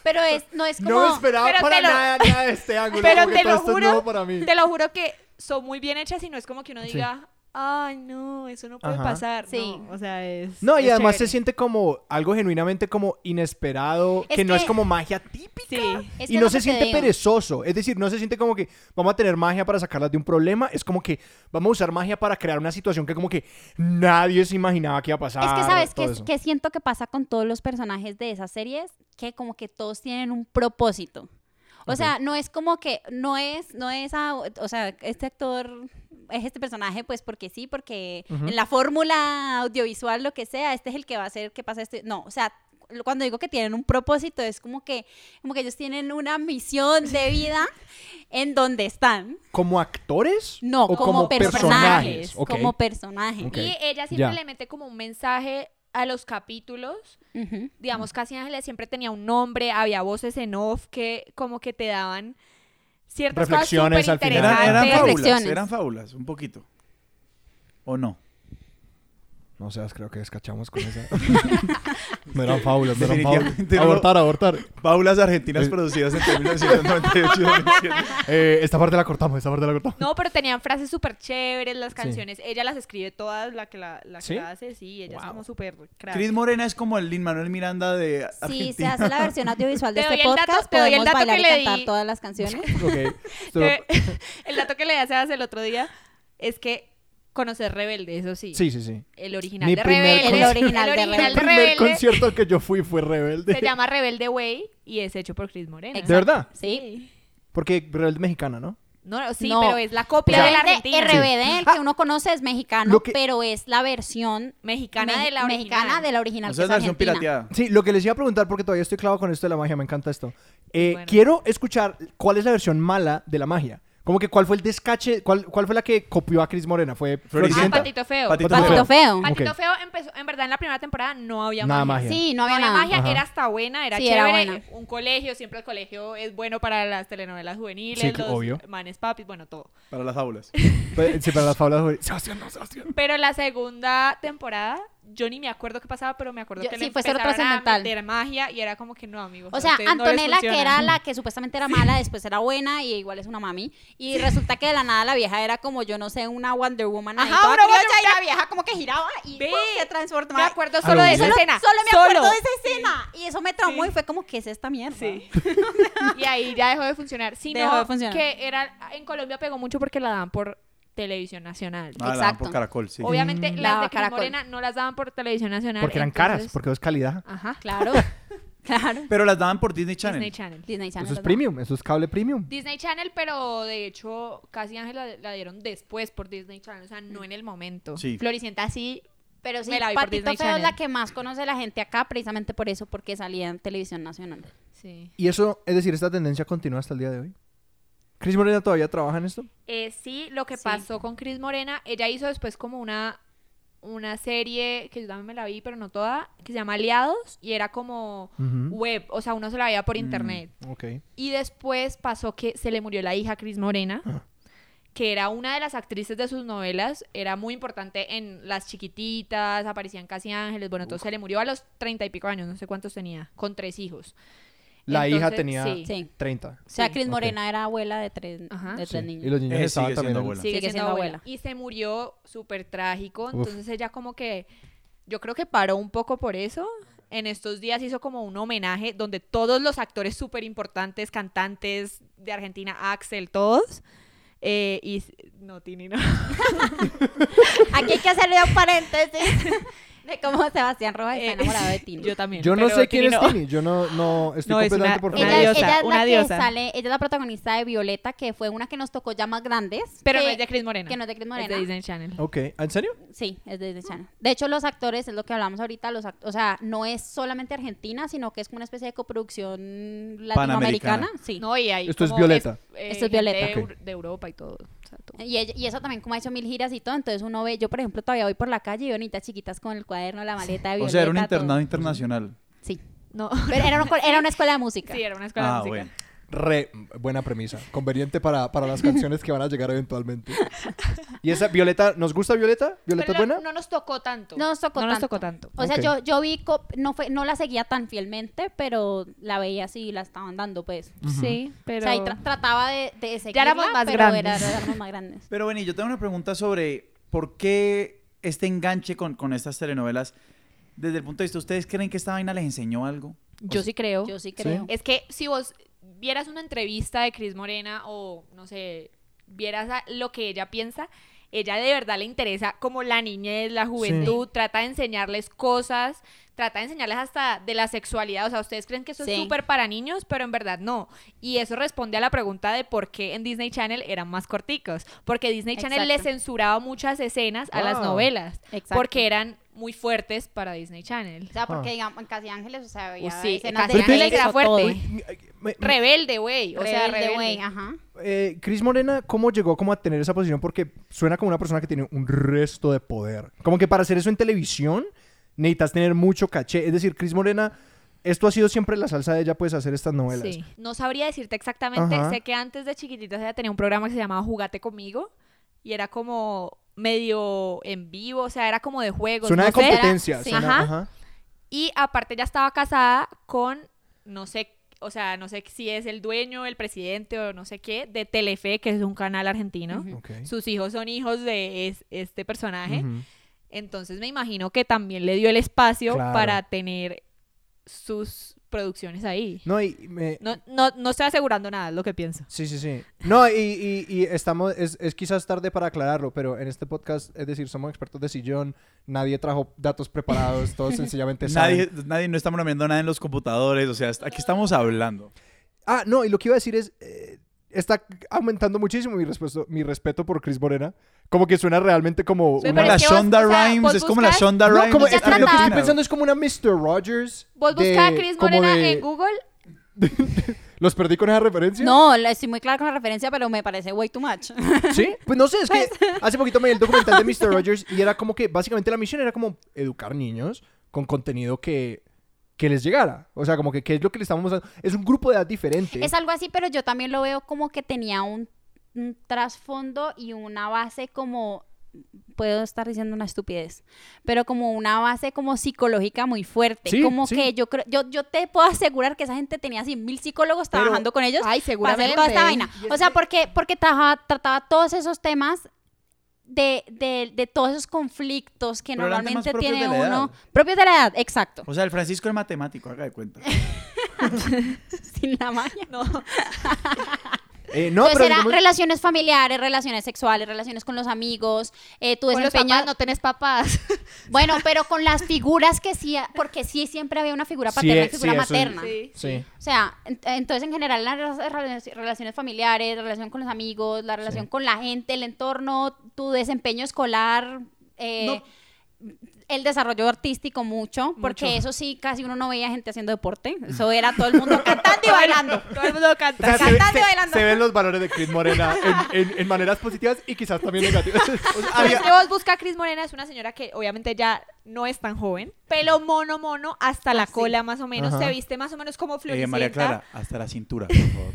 D: Pero es, no es como...
B: No me esperaba
C: pero
B: para
C: te lo-
B: nada, nada de este ángulo.
C: pero
B: como que
C: te
B: todo
C: lo
B: esto es
C: juro,
B: nuevo para mí.
C: Te lo juro que son muy bien hechas y no es como que uno
B: Sí.
C: diga, ay, no, eso no puede
B: Ajá.
C: pasar.
D: Sí.
C: No, o sea, es.
B: No, y
C: es
B: además se
C: chévere.
B: siente como algo genuinamente como inesperado,
D: Es
B: que no
D: que-
B: es como magia típica.
C: Sí.
D: es que
B: y
D: es
B: no
D: lo
B: se
D: que te
B: siente
D: digo.
B: perezoso, es decir, no se siente como que vamos a tener magia para sacarlas de un problema, es como que vamos a usar magia para crear una situación que como que nadie se imaginaba que iba a pasar.
D: Es que sabes
B: todo
D: que,
B: eso.
D: que siento que pasa con todos los personajes de esas series, que como que todos tienen un propósito. O
B: Ok.
D: sea, no es como que, no es, no es, ah, o sea, este actor es este personaje, pues porque sí, porque
B: Ujú.
D: en la fórmula audiovisual, lo que sea, este es el que va a hacer que pase esto. No, o sea, lo- cuando digo que tienen un propósito, es como que, como que ellos tienen una misión de vida en donde están.
B: ¿Como actores?
D: No,
B: ¿O
D: como, personajes.
B: personajes? Ok.
D: Como personajes.
B: Ok.
C: Y ella siempre
B: Ya.
C: le mete como un mensaje a los capítulos
D: Ujú.
C: digamos, Casi Ángeles siempre tenía un nombre, había voces en off que como que te daban ciertas
B: Reflexiones al
C: cosas
B: final.
A: Eran, eran
D: Interesante.
A: fábulas,
D: Reflexiones.
A: eran fábulas, un poquito. ¿O no?
B: No seas, creo que descachamos con esa. no eran fábulas, no eran
A: Definitivamente
B: fábulas.
A: no.
B: Abortar, abortar.
A: Fábulas argentinas
B: Eh.
A: producidas entre 1998 y 2007.
B: Eh, esta parte la cortamos, esta parte la cortamos.
C: No, pero tenían frases súper chéveres las
B: Sí.
C: canciones. Ella las escribe todas, la que la, la, que
B: ¿Sí?
C: la hace, sí, ella es
B: Wow.
C: como súper crack.
A: Cris Morena es como el Lin Manuel Miranda de
D: Si se
A: Argentina.
D: hace la versión audiovisual de
C: Te
D: este
C: doy el dato-
D: podcast,
C: te doy el
D: podemos
C: dato
D: bailar
C: que
D: y
C: le
D: cantar
C: di.
D: todas las canciones.
B: Ok. esto lo-
C: Que- el dato que le hace hace el otro día es que conocer Rebelde, eso sí.
B: Sí, sí, sí.
C: El original
B: Mi
C: de
B: primer
C: Rebelde.
B: concierto. El
D: original de
B: El
D: El
B: primer
C: Rebelde.
B: concierto al que yo fui fue Rebelde.
C: Se llama Rebelde Way y es hecho por Chris Morena.
B: ¿De verdad?
D: Sí.
B: Porque Rebelde mexicana, ¿no?
C: No, sí,
D: No.
C: pero es la copia
D: Pero
C: de la
D: el de
C: Argentina.
D: RBD, el que uno conoce, es mexicano,
B: Lo que-
D: pero es la versión
C: Mexicana
D: me-
C: de la
D: mexicana
C: original.
D: de la
A: O
D: original.
A: sea, es
D: que
A: la
D: es
A: versión
D: argentina.
A: pirateada.
B: Sí, lo que les iba a preguntar, porque todavía estoy clavo con esto de la magia, me encanta esto. Eh,
C: Bueno.
B: Quiero escuchar cuál es la versión mala de la magia. Como que cuál fue el descache, cuál, cuál fue la que copió a Cris Morena. ¿Fue
A: Floricienta.
C: Ah,
B: Floricienta?
C: Patito Feo.
A: Patito
B: Patito
D: Patito feo.
C: Patito
B: Ok.
C: Feo empezó, en verdad en la primera temporada no había
B: Nada
C: magia.
B: magia.
D: Sí, no
C: No
D: había
C: había
D: nada.
C: magia,
B: Ajá.
C: era hasta buena, era
D: Sí, era
C: chévere.
D: buena.
C: Un colegio, siempre el colegio es bueno para las telenovelas juveniles,
B: Sí,
C: los
B: obvio.
C: manes papis, bueno, todo.
A: Para las aulas. Ah,
B: Fue- sí, para las fábulas de- Sebastián, no, Sebastián.
C: Pero la segunda temporada, yo ni me acuerdo qué pasaba, pero me acuerdo
D: Yo-
C: que
D: sí,
C: le
D: fue cero
C: empezaron a
D: trascendental.
C: meter magia y era como que no, amigos.
D: O
C: a
D: sea,
C: ustedes no les
D: Antonella, que
C: funciona.
D: era la que supuestamente era mala, después era buena y igual es una mami. Y resulta que de la nada la vieja era como, yo no sé, una Wonder Woman. ahí
C: Ajá,
D: toda
C: una Wonder
D: criolla, y la vieja como que giraba y
C: Ve,
D: ¡pum! se transformaba.
C: Me acuerdo
B: A
C: solo
B: lo
C: de esa
B: bien.
D: solo,
C: escena.
D: solo me acuerdo
C: Solo.
D: de esa escena. Y eso me traumó
C: Sí.
D: y fue como, ¿qué es esta mierda?
C: Sí. y ahí ya dejó de funcionar. Sino
D: Dejó de funcionar.
C: que era en Colombia pegó mucho porque la daban por televisión nacional.
A: Ah, la daban
D: Exacto.
A: por caracol, sí.
C: Obviamente
B: Mm.
C: las
D: Daba
C: de Cris
D: Caracol.
C: Morena no las daban por televisión nacional.
B: Porque eran caras,
C: entonces-
B: porque es calidad.
C: Ajá.
D: Claro, claro.
A: Pero las daban por Disney Channel.
C: Disney Channel.
D: Disney Channel.
B: Eso Pues es
D: ¿verdad?
B: premium, eso es cable premium.
C: Disney Channel, pero de hecho Casi Ángel la, la dieron después por Disney Channel, o sea, no en el momento.
A: Sí.
C: Floricienta sí.
D: Pero sí,
C: Me la vi por
D: Patito
C: Disney
D: Feo es
C: Channel.
D: la que más conoce la gente acá, precisamente por eso, porque salía en televisión nacional.
C: Sí.
B: Y eso, es decir, esta tendencia continúa hasta el día de hoy. ¿Cris Morena todavía trabaja en esto?
C: Eh, sí, lo que
D: Sí.
C: pasó con Cris Morena, ella hizo después como una, una serie que yo también me la vi, pero no toda, que se llama Aliados y era como
B: Ujú.
C: web, o sea, uno se la veía por
A: Mm.
C: internet.
B: Ok.
C: Y después pasó que se le murió la hija a Cris Morena,
B: Ah.
C: que era una de las actrices de sus novelas, era muy importante en Las Chiquititas, aparecían casi ángeles, bueno, entonces se le murió a los treinta y pico años, no sé cuántos tenía, con tres hijos.
B: La hija
C: Entonces,
B: tenía
C: sí.
D: Sí.
B: 30.
D: O sea,
C: Sí.
D: Cris
B: Ok.
D: Morena era abuela de tres,
C: Ajá.
D: de
B: Sí.
D: tres niños.
B: Y los niños
A: Eh,
B: estaban
A: sigue
B: también
A: siendo
B: en-
A: abuela.
C: sigue,
D: Sigue
C: siendo,
D: siendo
C: abuela.
D: abuela.
C: Y se murió súper trágico.
B: Uf.
C: Entonces ella como que, yo creo que paró un poco por eso. En estos días hizo como un homenaje donde todos los actores súper importantes, cantantes de Argentina, Axel, todos. eh, y s- no, Tini, no.
D: Aquí hay que hacerle un paréntesis de cómo Sebastián Rojas está
C: Eh,
D: enamorado de Tini.
C: Yo también.
B: Yo no
C: pero
B: sé quién
C: Tini
B: es
C: no.
B: Tini, yo no, no estoy
C: No, es
B: completamente
C: una-
B: por
C: una
B: fuera.
D: ella,
C: diosa,
D: ella es
C: una
D: la
C: diosa.
D: que sale, ella es la protagonista de Violeta, que fue una que nos tocó ya más grandes.
C: Pero
D: que,
C: no es de Cris Morena.
D: que no es de Cris
C: Es
D: Morena.
C: de Disney Channel.
B: Ok, ¿en serio?
D: Sí, es de Disney Channel. De hecho, los actores, es lo que hablamos ahorita, los act- o sea, no es solamente argentina, sino que es como una especie de coproducción
A: Panamericana.
D: latinoamericana. Sí.
C: No, y ahí
B: Esto es
C: como
B: Violeta.
C: eh,
D: Esto
C: gente
D: es Violeta.
C: De,
B: Ok.
C: Eur- de Europa y todo. o sea, todo.
D: Y, ella- y eso también como ha hecho mil giras y todo, entonces uno ve, yo por ejemplo todavía voy por la calle y veo niñitas chiquitas con el cuaderno, la maleta de
A: O
D: Violeta.
A: sea, era un
D: todo.
A: internado internacional.
D: Sí.
C: No.
D: Pero era, una co- era una escuela de música.
C: Sí, era una escuela
A: Ah,
C: de música.
A: bueno.
B: Re buena premisa, conveniente para, para las canciones que van a llegar eventualmente. ¿Y esa Violeta, nos gusta Violeta? ¿Violeta
C: Pero
B: es buena?
C: no nos tocó tanto.
D: No nos tocó
C: No nos
D: tanto.
C: tocó tanto.
D: O sea,
B: Ok.
D: yo, yo vi, co- no, fue, no la seguía tan fielmente, pero la veía así, la estaban dando, pues.
C: Sí, pero...
D: O sea, y tra- trataba de, de seguirla,
C: éramos más
D: pero
C: grandes.
D: era- era- éramos más grandes.
A: Pero bueno, yo tengo una pregunta sobre por qué este enganche con, con estas telenovelas. Desde el punto de vista, ¿ustedes creen que esta vaina les enseñó algo?
C: Yo sí creo.
D: Yo sí creo.
C: Es que si vos vieras una entrevista de Cris Morena o, no sé, vieras a- lo que ella piensa, ella de verdad le interesa como la niñez, la juventud, trata de enseñarles cosas, trata de enseñarles hasta de la sexualidad. O sea, ustedes creen que eso es
D: Sí.
C: súper para niños, pero en verdad no. Y eso responde a la pregunta de por qué en Disney Channel eran más corticos. Porque Disney Channel le
D: Exacto.
C: censuraba muchas escenas a las
B: Wow.
C: novelas,
D: Exacto.
C: porque eran muy fuertes para Disney Channel.
D: O sea,
B: Ah.
D: porque digamos, en Casi Ángeles, o sea, veía
C: sí,
D: escenas
C: Casi
D: de
B: Ángeles
D: sexo,
C: era fuerte.
D: todo. eh.
B: Uy, me- me-
C: Rebelde, güey. O sea,
D: Rebelde,
C: rebelde.
D: güey, ajá.
B: eh, Cris Morena, ¿cómo llegó como a tener esa posición? Porque suena como una persona que tiene un resto de poder. Como que para hacer eso en televisión necesitas tener mucho caché. Es decir, Cris Morena, esto ha sido siempre la salsa de ella, pues, hacer estas novelas.
C: Sí. No sabría decirte exactamente.
B: Ajá.
C: Sé que antes de chiquititas ella tenía un programa que se llamaba Jugate conmigo y era como medio en vivo, o sea, era como de juegos.
B: Suena
C: no
B: de
C: sé.
B: competencia.
D: sí.
B: suena-
C: Ajá.
B: ajá.
C: Y aparte ya estaba casada con, no sé, o sea, no sé si es el dueño, el presidente o no sé qué, de Telefe, que es un canal argentino.
D: Ujú.
B: Ok.
C: Sus hijos son hijos de es- este personaje.
B: Ujú.
C: Entonces me imagino que también le dio el espacio
B: Claro.
C: para tener sus producciones ahí.
B: No, y me-
C: No, no, no estoy asegurando nada, es lo que pienso.
B: Sí, sí, sí. No, y, y- y estamos, es, es quizás tarde para aclararlo, pero en este podcast, es decir, somos expertos de sillón, nadie trajo datos preparados, todos sencillamente saben.
A: Nadie, nadie, no estamos viendo nada en los computadores, o sea, hasta- aquí estamos hablando.
B: Ah, no, y lo que iba a decir es, eh, está aumentando muchísimo mi, respeto- mi respeto por Chris Morena. Como que suena realmente como...
C: Me
A: Como
B: una-
A: la
C: parece que vos-
A: Shonda
C: o sea,
A: Rhimes,
C: vos
A: es como la
C: buscas-
A: Shonda
B: No,
A: Rhimes.
B: como,
D: Ya
B: es- lo que estoy
D: trataba-
B: pensando es como una Mr. Rogers.
C: Vos
B: de-
C: buscas a Chris
B: como
C: Morena
B: de-
C: en Google.
B: ¿Los perdí con esa referencia?
D: No, la- estoy muy clara con la referencia, pero me parece way too much.
B: ¿Sí? Pues no sé, es que hace poquito me vi el documental de Mr. Rogers y era como que básicamente la misión era como educar niños con contenido que, que les llegara. O sea, como que qué es lo que le estamos mostrando. Es un grupo de edad diferente.
D: Es algo así, pero yo también lo veo como que tenía un, un trasfondo y una base como puedo estar diciendo una estupidez, pero como una base como psicológica muy fuerte,
B: Sí,
D: como
B: sí.
D: que yo creo, yo, yo te puedo asegurar que esa gente tenía así mil psicólogos
B: Pero-
D: trabajando con ellos
C: Ay,
D: para hacer
C: seguramente.
D: toda esta vaina.
B: Y es
D: O sea,
B: que-
D: porque, porque trataba, trataba todos esos temas de, de, de todos esos conflictos que
A: Pero eran temas
D: normalmente
A: propios
D: tiene
A: de la edad.
D: uno, propios de la edad, exacto,
A: O sea, el Francisco es matemático, haga de cuenta.
D: sin la magia.
C: No.
B: Eh, no, pero
D: Entonces pues era
B: digamos-
D: relaciones familiares, relaciones sexuales, relaciones con los amigos, eh, tu
C: Con los
D: desempeño.
C: papás, no tenés papás.
D: Bueno, pero con las figuras que sí, porque sí siempre había una figura
B: Sí,
D: paterna y
B: eh,
D: figura
B: sí, eso es-
D: materna.
C: Sí.
B: Sí.
D: O sea, ent- entonces en general las relac- relaciones familiares, la relación con los amigos, la relación con la gente, el entorno, tu desempeño escolar, eh, el desarrollo artístico mucho, porque
C: Mucho.
D: eso sí, casi uno no veía gente haciendo deporte. Eso era todo el mundo cantando y bailando.
C: Todo el mundo
B: O sea,
C: canta.
B: se, ve-
D: Cantando y
B: se-
D: bailando.
B: se ven los valores de Chris Morena en, en- en maneras positivas y quizás también negativas. O sea,
C: Pero es
B: había-
C: que vos busca a Cris Morena, es una señora que obviamente ya no es tan joven. Pelo mono, mono, hasta la
D: Ah, sí.
C: cola más o menos.
B: Ajá.
C: Se viste más o menos como
A: Eh,
C: floricienta.
A: María Clara, hasta la cintura, por favor.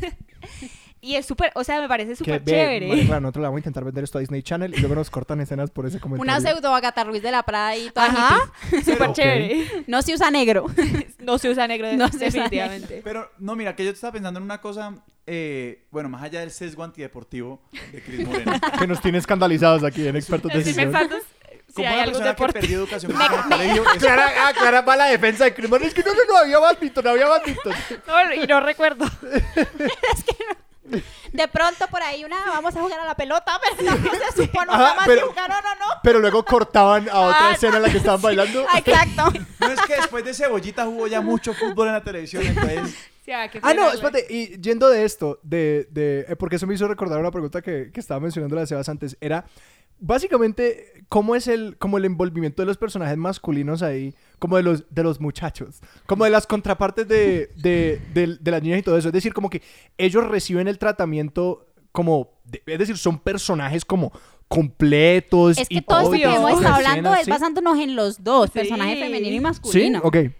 C: Y es súper, o sea, me parece
B: que
C: súper
B: ve,
C: chévere.
B: María Clara, nosotros le vamos a intentar vender esto a Disney Channel y luego nos cortan escenas por ese comentario.
D: Una pseudo Agatha Ruiz de la Prada y toda
C: Ajá, súper
B: Ok.
C: chévere.
D: hippie. No se usa negro.
C: No se usa negro,
D: No se usa
C: definitivamente.
A: Pero no, mira, que yo estaba pensando en una cosa, eh, bueno, más allá del sesgo antideportivo de Cris Morena.
B: Que nos tiene escandalizados aquí en Expertos de
C: Sí, me
B: Decisión.
C: faltas- si
A: Como
C: hay
A: una
C: algún
A: persona que
C: deporte.
A: perdió educación física en el colegio, es-
B: Clara, ah, Clara va a la defensa de Chris Morena. Es que no, no, no, había badminton, no había badminton.
C: No, y no recuerdo.
D: De pronto por ahí una vamos a jugar a la pelota, pero no se supone
B: Ajá,
D: nada más
B: pero-
D: si jugaron o no.
B: Pero luego cortaban a otra
D: Ah,
B: escena en la que estaban bailando.
D: Exacto.
A: no es que después de Cebollita hubo ya mucho fútbol en la televisión, entonces...
C: Sí, ah, qué
B: Ah, no,
C: pena,
B: espérate, y yendo de esto, de, de, eh, porque eso me hizo recordar una pregunta que, que estaba mencionando la de Sebas antes, era básicamente cómo es el, como el envolvimiento de los personajes masculinos ahí, como de los, de los muchachos, como de las contrapartes de, de, de- de las niñas y todo eso, es decir, como que ellos reciben el tratamiento como, de- es decir, son personajes como
A: Pues,
B: completos.
D: Es
B: y
D: que todo esto
C: obvio,
D: que hemos
C: ¿no?
D: estado
B: estas
D: hablando
B: escenas,
D: es
B: ¿sí?
D: basándonos en los dos,
C: Sí.
D: personaje femenino y
B: Sí,
D: masculino.
B: ok.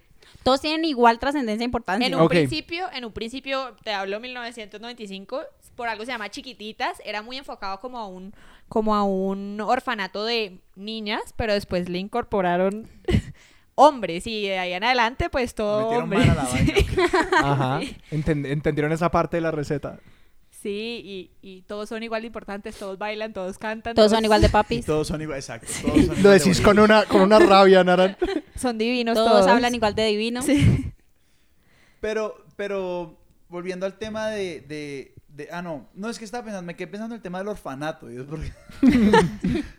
D: Todos tienen igual trascendencia e importancia.
C: En un
B: Ok.
C: principio, en un principio, te hablo 1995, por algo se llama Chiquititas, era muy enfocado como a un como a un orfanato de niñas, pero después le incorporaron hombres y de ahí en adelante pues todo
A: Metieron
C: hombre.
A: mal a la vaina.
B: Ajá. Enten- entendieron esa parte de la receta.
C: Sí, y, y todos son igual de importantes, todos bailan, todos cantan.
D: Todos son igual de
A: Y
D: papis.
A: todos son igual, exacto. Todos son igual
B: Lo
A: de
B: decís con
A: bonitos.
B: una, con una rabia, Naran.
C: Son divinos
D: Todos,
C: todos.
D: hablan igual de divino.
C: Sí.
A: Pero, pero, volviendo al tema de... de- de- ah, no, no es que estaba pensando, me quedé pensando en el tema del orfanato. Dios, porque-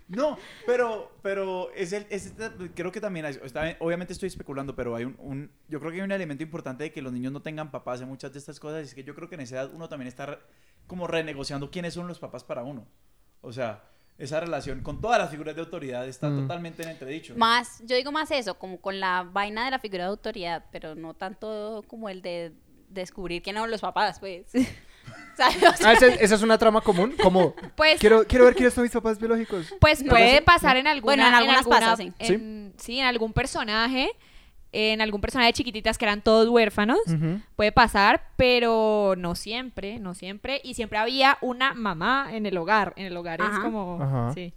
A: no, pero, pero es el, es esta- creo que también, hay- está bien, obviamente estoy especulando, pero hay un, un- yo creo que hay un elemento importante de que los niños no tengan papás en muchas de estas cosas, y es que yo creo que en esa edad uno también está re- como renegociando quiénes son los papás para uno. O sea, esa relación con todas las figuras de autoridad está
B: Mm.
A: totalmente en entredicho.
D: Más, yo digo más eso, como con la vaina de la figura de autoridad, pero no tanto como el de descubrir quién eran los papás, pues. ¿Sabes? O sea,
B: Ah, ese- esa es una trama común, como
C: Pues
B: quiero, quiero ver quiénes son mis papás biológicos.
C: Pues
D: No.
C: puede pasar en alguna,
D: Bueno, en algunas pasa, sí.
B: Sí.
C: en- sí, en algún personaje, en algún personaje de chiquititas que eran todos huérfanos, puede pasar, pero no siempre, no siempre. Y siempre había una mamá en el hogar, en el hogar es
D: Ajá.
C: como,
B: Ajá.
C: sí,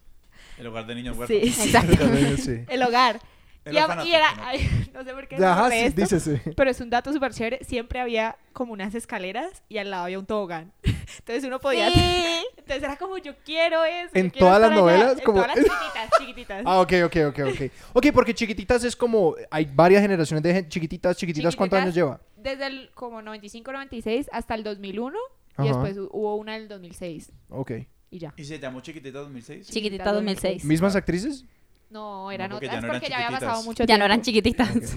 A: El hogar de niños huérfanos.
C: sí, sí.
B: Sí.
C: el hogar.
A: El
C: y, a-
A: orfanato,
C: y era,
A: orfanato.
C: ay, no sé por qué. me
B: Ajá,
C: acordé
B: sí,
C: de esto,
B: dícese.
C: Pero es un dato súper chévere, siempre había como unas escaleras y al lado había un tobogán. Entonces uno podía...
D: sí.
C: Entonces era como, yo quiero eso.
B: ¿En
C: yo quiero
B: todas las
C: estar allá.
B: novelas?
C: En
B: Como-
C: todas las chiquititas, chiquititas.
B: Ah, ok, ok, ok, ok. Ok, porque chiquititas es como, hay varias generaciones de gen- chiquititas, chiquititas, ¿cuántos años lleva?
C: Desde el como 95, 96 hasta el 2001
B: Ajá.
C: y después hu- hubo una del 2006
B: Ok.
C: y ya.
A: ¿Y se llamó Chiquitita 2006?
D: Chiquitita 2006.
B: ¿Mismas actrices?
C: No, eran
A: porque ya
C: otras
A: no eran
C: porque ya había
A: chiquititas.
C: pasado mucho tiempo.
D: Ya no eran chiquititas.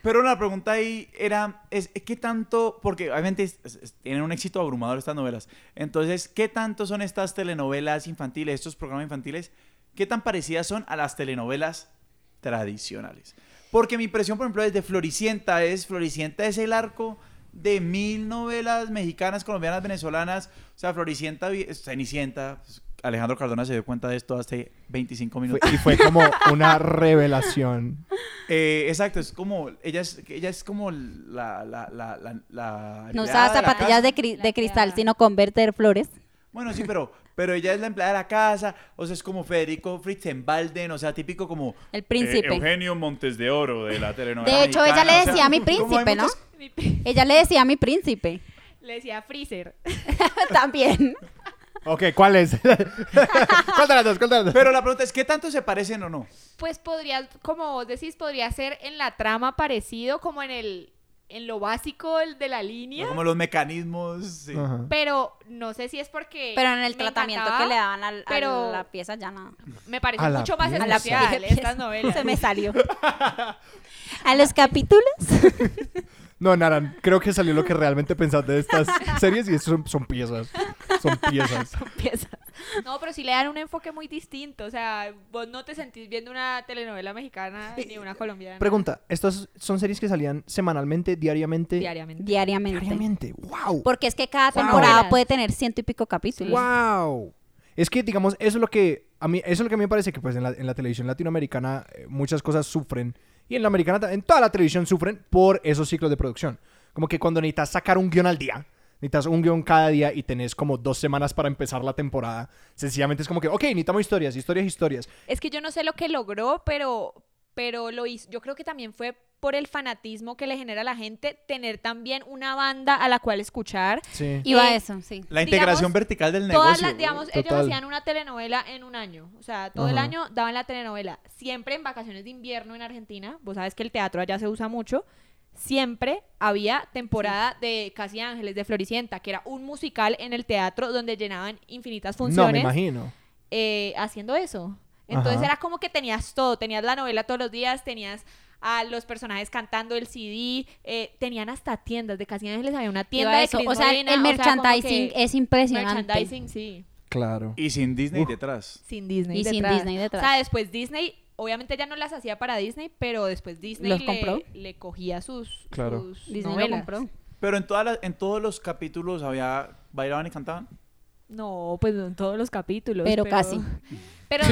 A: Pero la pregunta ahí era, es, ¿qué tanto? Porque obviamente es- es- es- tienen un éxito abrumador estas novelas. Entonces, ¿qué tanto son estas telenovelas infantiles, estos programas infantiles? ¿Qué tan parecidas son a las telenovelas tradicionales? Porque mi impresión, por ejemplo, es de Floricienta. Es, Floricienta es el arco de mil novelas mexicanas, colombianas, venezolanas. O sea, Floricienta, vi- Cenicienta. pues, Alejandro Cardona se dio cuenta de esto hace 25
B: Fue-
A: minutos.
B: y fue como una revelación.
A: Eh, exacto, es como, ella es, ella es como la, la, la, la, la empleada
D: No
A: de
D: usaba
A: la
D: zapatillas
A: casa.
D: de, cri-
C: La
D: de cristal,
C: empleada.
D: sino converter flores.
A: Bueno, sí, pero, pero ella es la empleada de la casa, o sea, es como Federico Fritzenbalden, o sea, típico como...
D: El príncipe.
A: eh, Eugenio Montes de Oro de la telenovela
D: de hecho, ella
A: mexicana,
D: le
A: o sea,
D: decía a mi
A: como hay
D: príncipe, ¿no?
A: muchas-
C: Mi pi-
D: Ella le decía a mi príncipe.
C: Le decía Freezer.
D: También.
B: Ok, ¿cuál es? ¿Cuál de las dos? ¿Cuál de las dos?
A: Pero la pregunta es, ¿qué tanto se parecen o no?
C: Pues podría, como vos decís, podría ser en la trama parecido, como en el en lo básico el de la línea,
A: Como los mecanismos... sí.
B: Ajá.
C: pero no sé si es porque
D: Pero en el
C: Eh, me
D: tratamiento
C: encantaba,
D: que le daban al-
C: pero-
D: a la pieza ya nada.
C: me parece
B: A la
C: mucho más
B: pieza.
D: A la
C: especial
D: pieza.
C: estas novelas.
D: Se me salió. A los capítulos.
B: No, Naran, creo que salió lo que realmente pensás de estas series y eso son, son piezas. Son piezas.
D: Pieza.
C: No, pero sí le dan un enfoque muy distinto, o sea, vos no te sentís viendo una telenovela mexicana
B: Eh,
C: ni una colombiana
B: Pregunta, ¿estas son series que salían semanalmente, diariamente?
C: diariamente.
D: Diariamente.
B: Diariamente. ¡Wow!
D: Porque es que cada
B: Wow.
D: temporada puede tener ciento y pico capítulos.
B: ¡Wow! Es que, digamos, eso es lo que a mí, eso es lo que a mí me parece que pues en la, en la televisión latinoamericana eh, muchas cosas sufren. Y en la americana, ta- en toda la televisión sufren por esos ciclos de producción. Como que cuando necesitas sacar un guión al día, necesitas un guión cada día y tenés como dos semanas para empezar la temporada. Sencillamente es como que, ok, necesitamos historias, historias, historias.
C: Es que yo no sé lo que logró, pero, pero lo hizo. Yo creo que también fue por el fanatismo que le genera a la gente tener también una banda a la cual escuchar.
B: Sí.
D: Iba
C: Eh,
D: eso, sí.
A: La integración
C: Digamos,
A: vertical del negocio.
C: Todas las, digamos, ellos
B: Total.
C: hacían una telenovela en un año. O sea, todo el
B: Ajá.
C: año daban la telenovela. Siempre en vacaciones de invierno en Argentina, vos sabes que el teatro allá se usa mucho, siempre había temporada de Casi Ángeles, de Floricienta, que era un musical en el teatro donde llenaban infinitas
B: No, me
C: funciones
B: imagino.
C: eh, haciendo eso. Entonces
B: Ajá.
C: era como que tenías todo, tenías la novela todos los días, tenías a los personajes cantando el CD, eh, tenían hasta tiendas, de Casi Ángeles había una tienda
D: Iba
C: de
D: eso.
C: Cris
D: O sea, el-
C: Morena,
D: el
C: o sea, como
D: merchandising
C: que-
D: es impresionante.
C: merchandising, sí,
B: Claro.
A: Y sin Disney
B: Uf.
A: detrás.
C: sin Disney
D: Y sin
C: detrás.
D: Disney detrás.
C: O sea, después Disney, obviamente ya no las hacía para Disney, pero después Disney
D: ¿Los
C: le,
D: compró?
C: le cogía sus,
B: Claro.
C: sus
D: Disney lo
C: novelas.
D: compró.
A: Pero en, todas las- en todos los capítulos había... ¿Bailaban y cantaban?
C: No, pues no en todos los capítulos.
D: Pero casi.
C: Pero,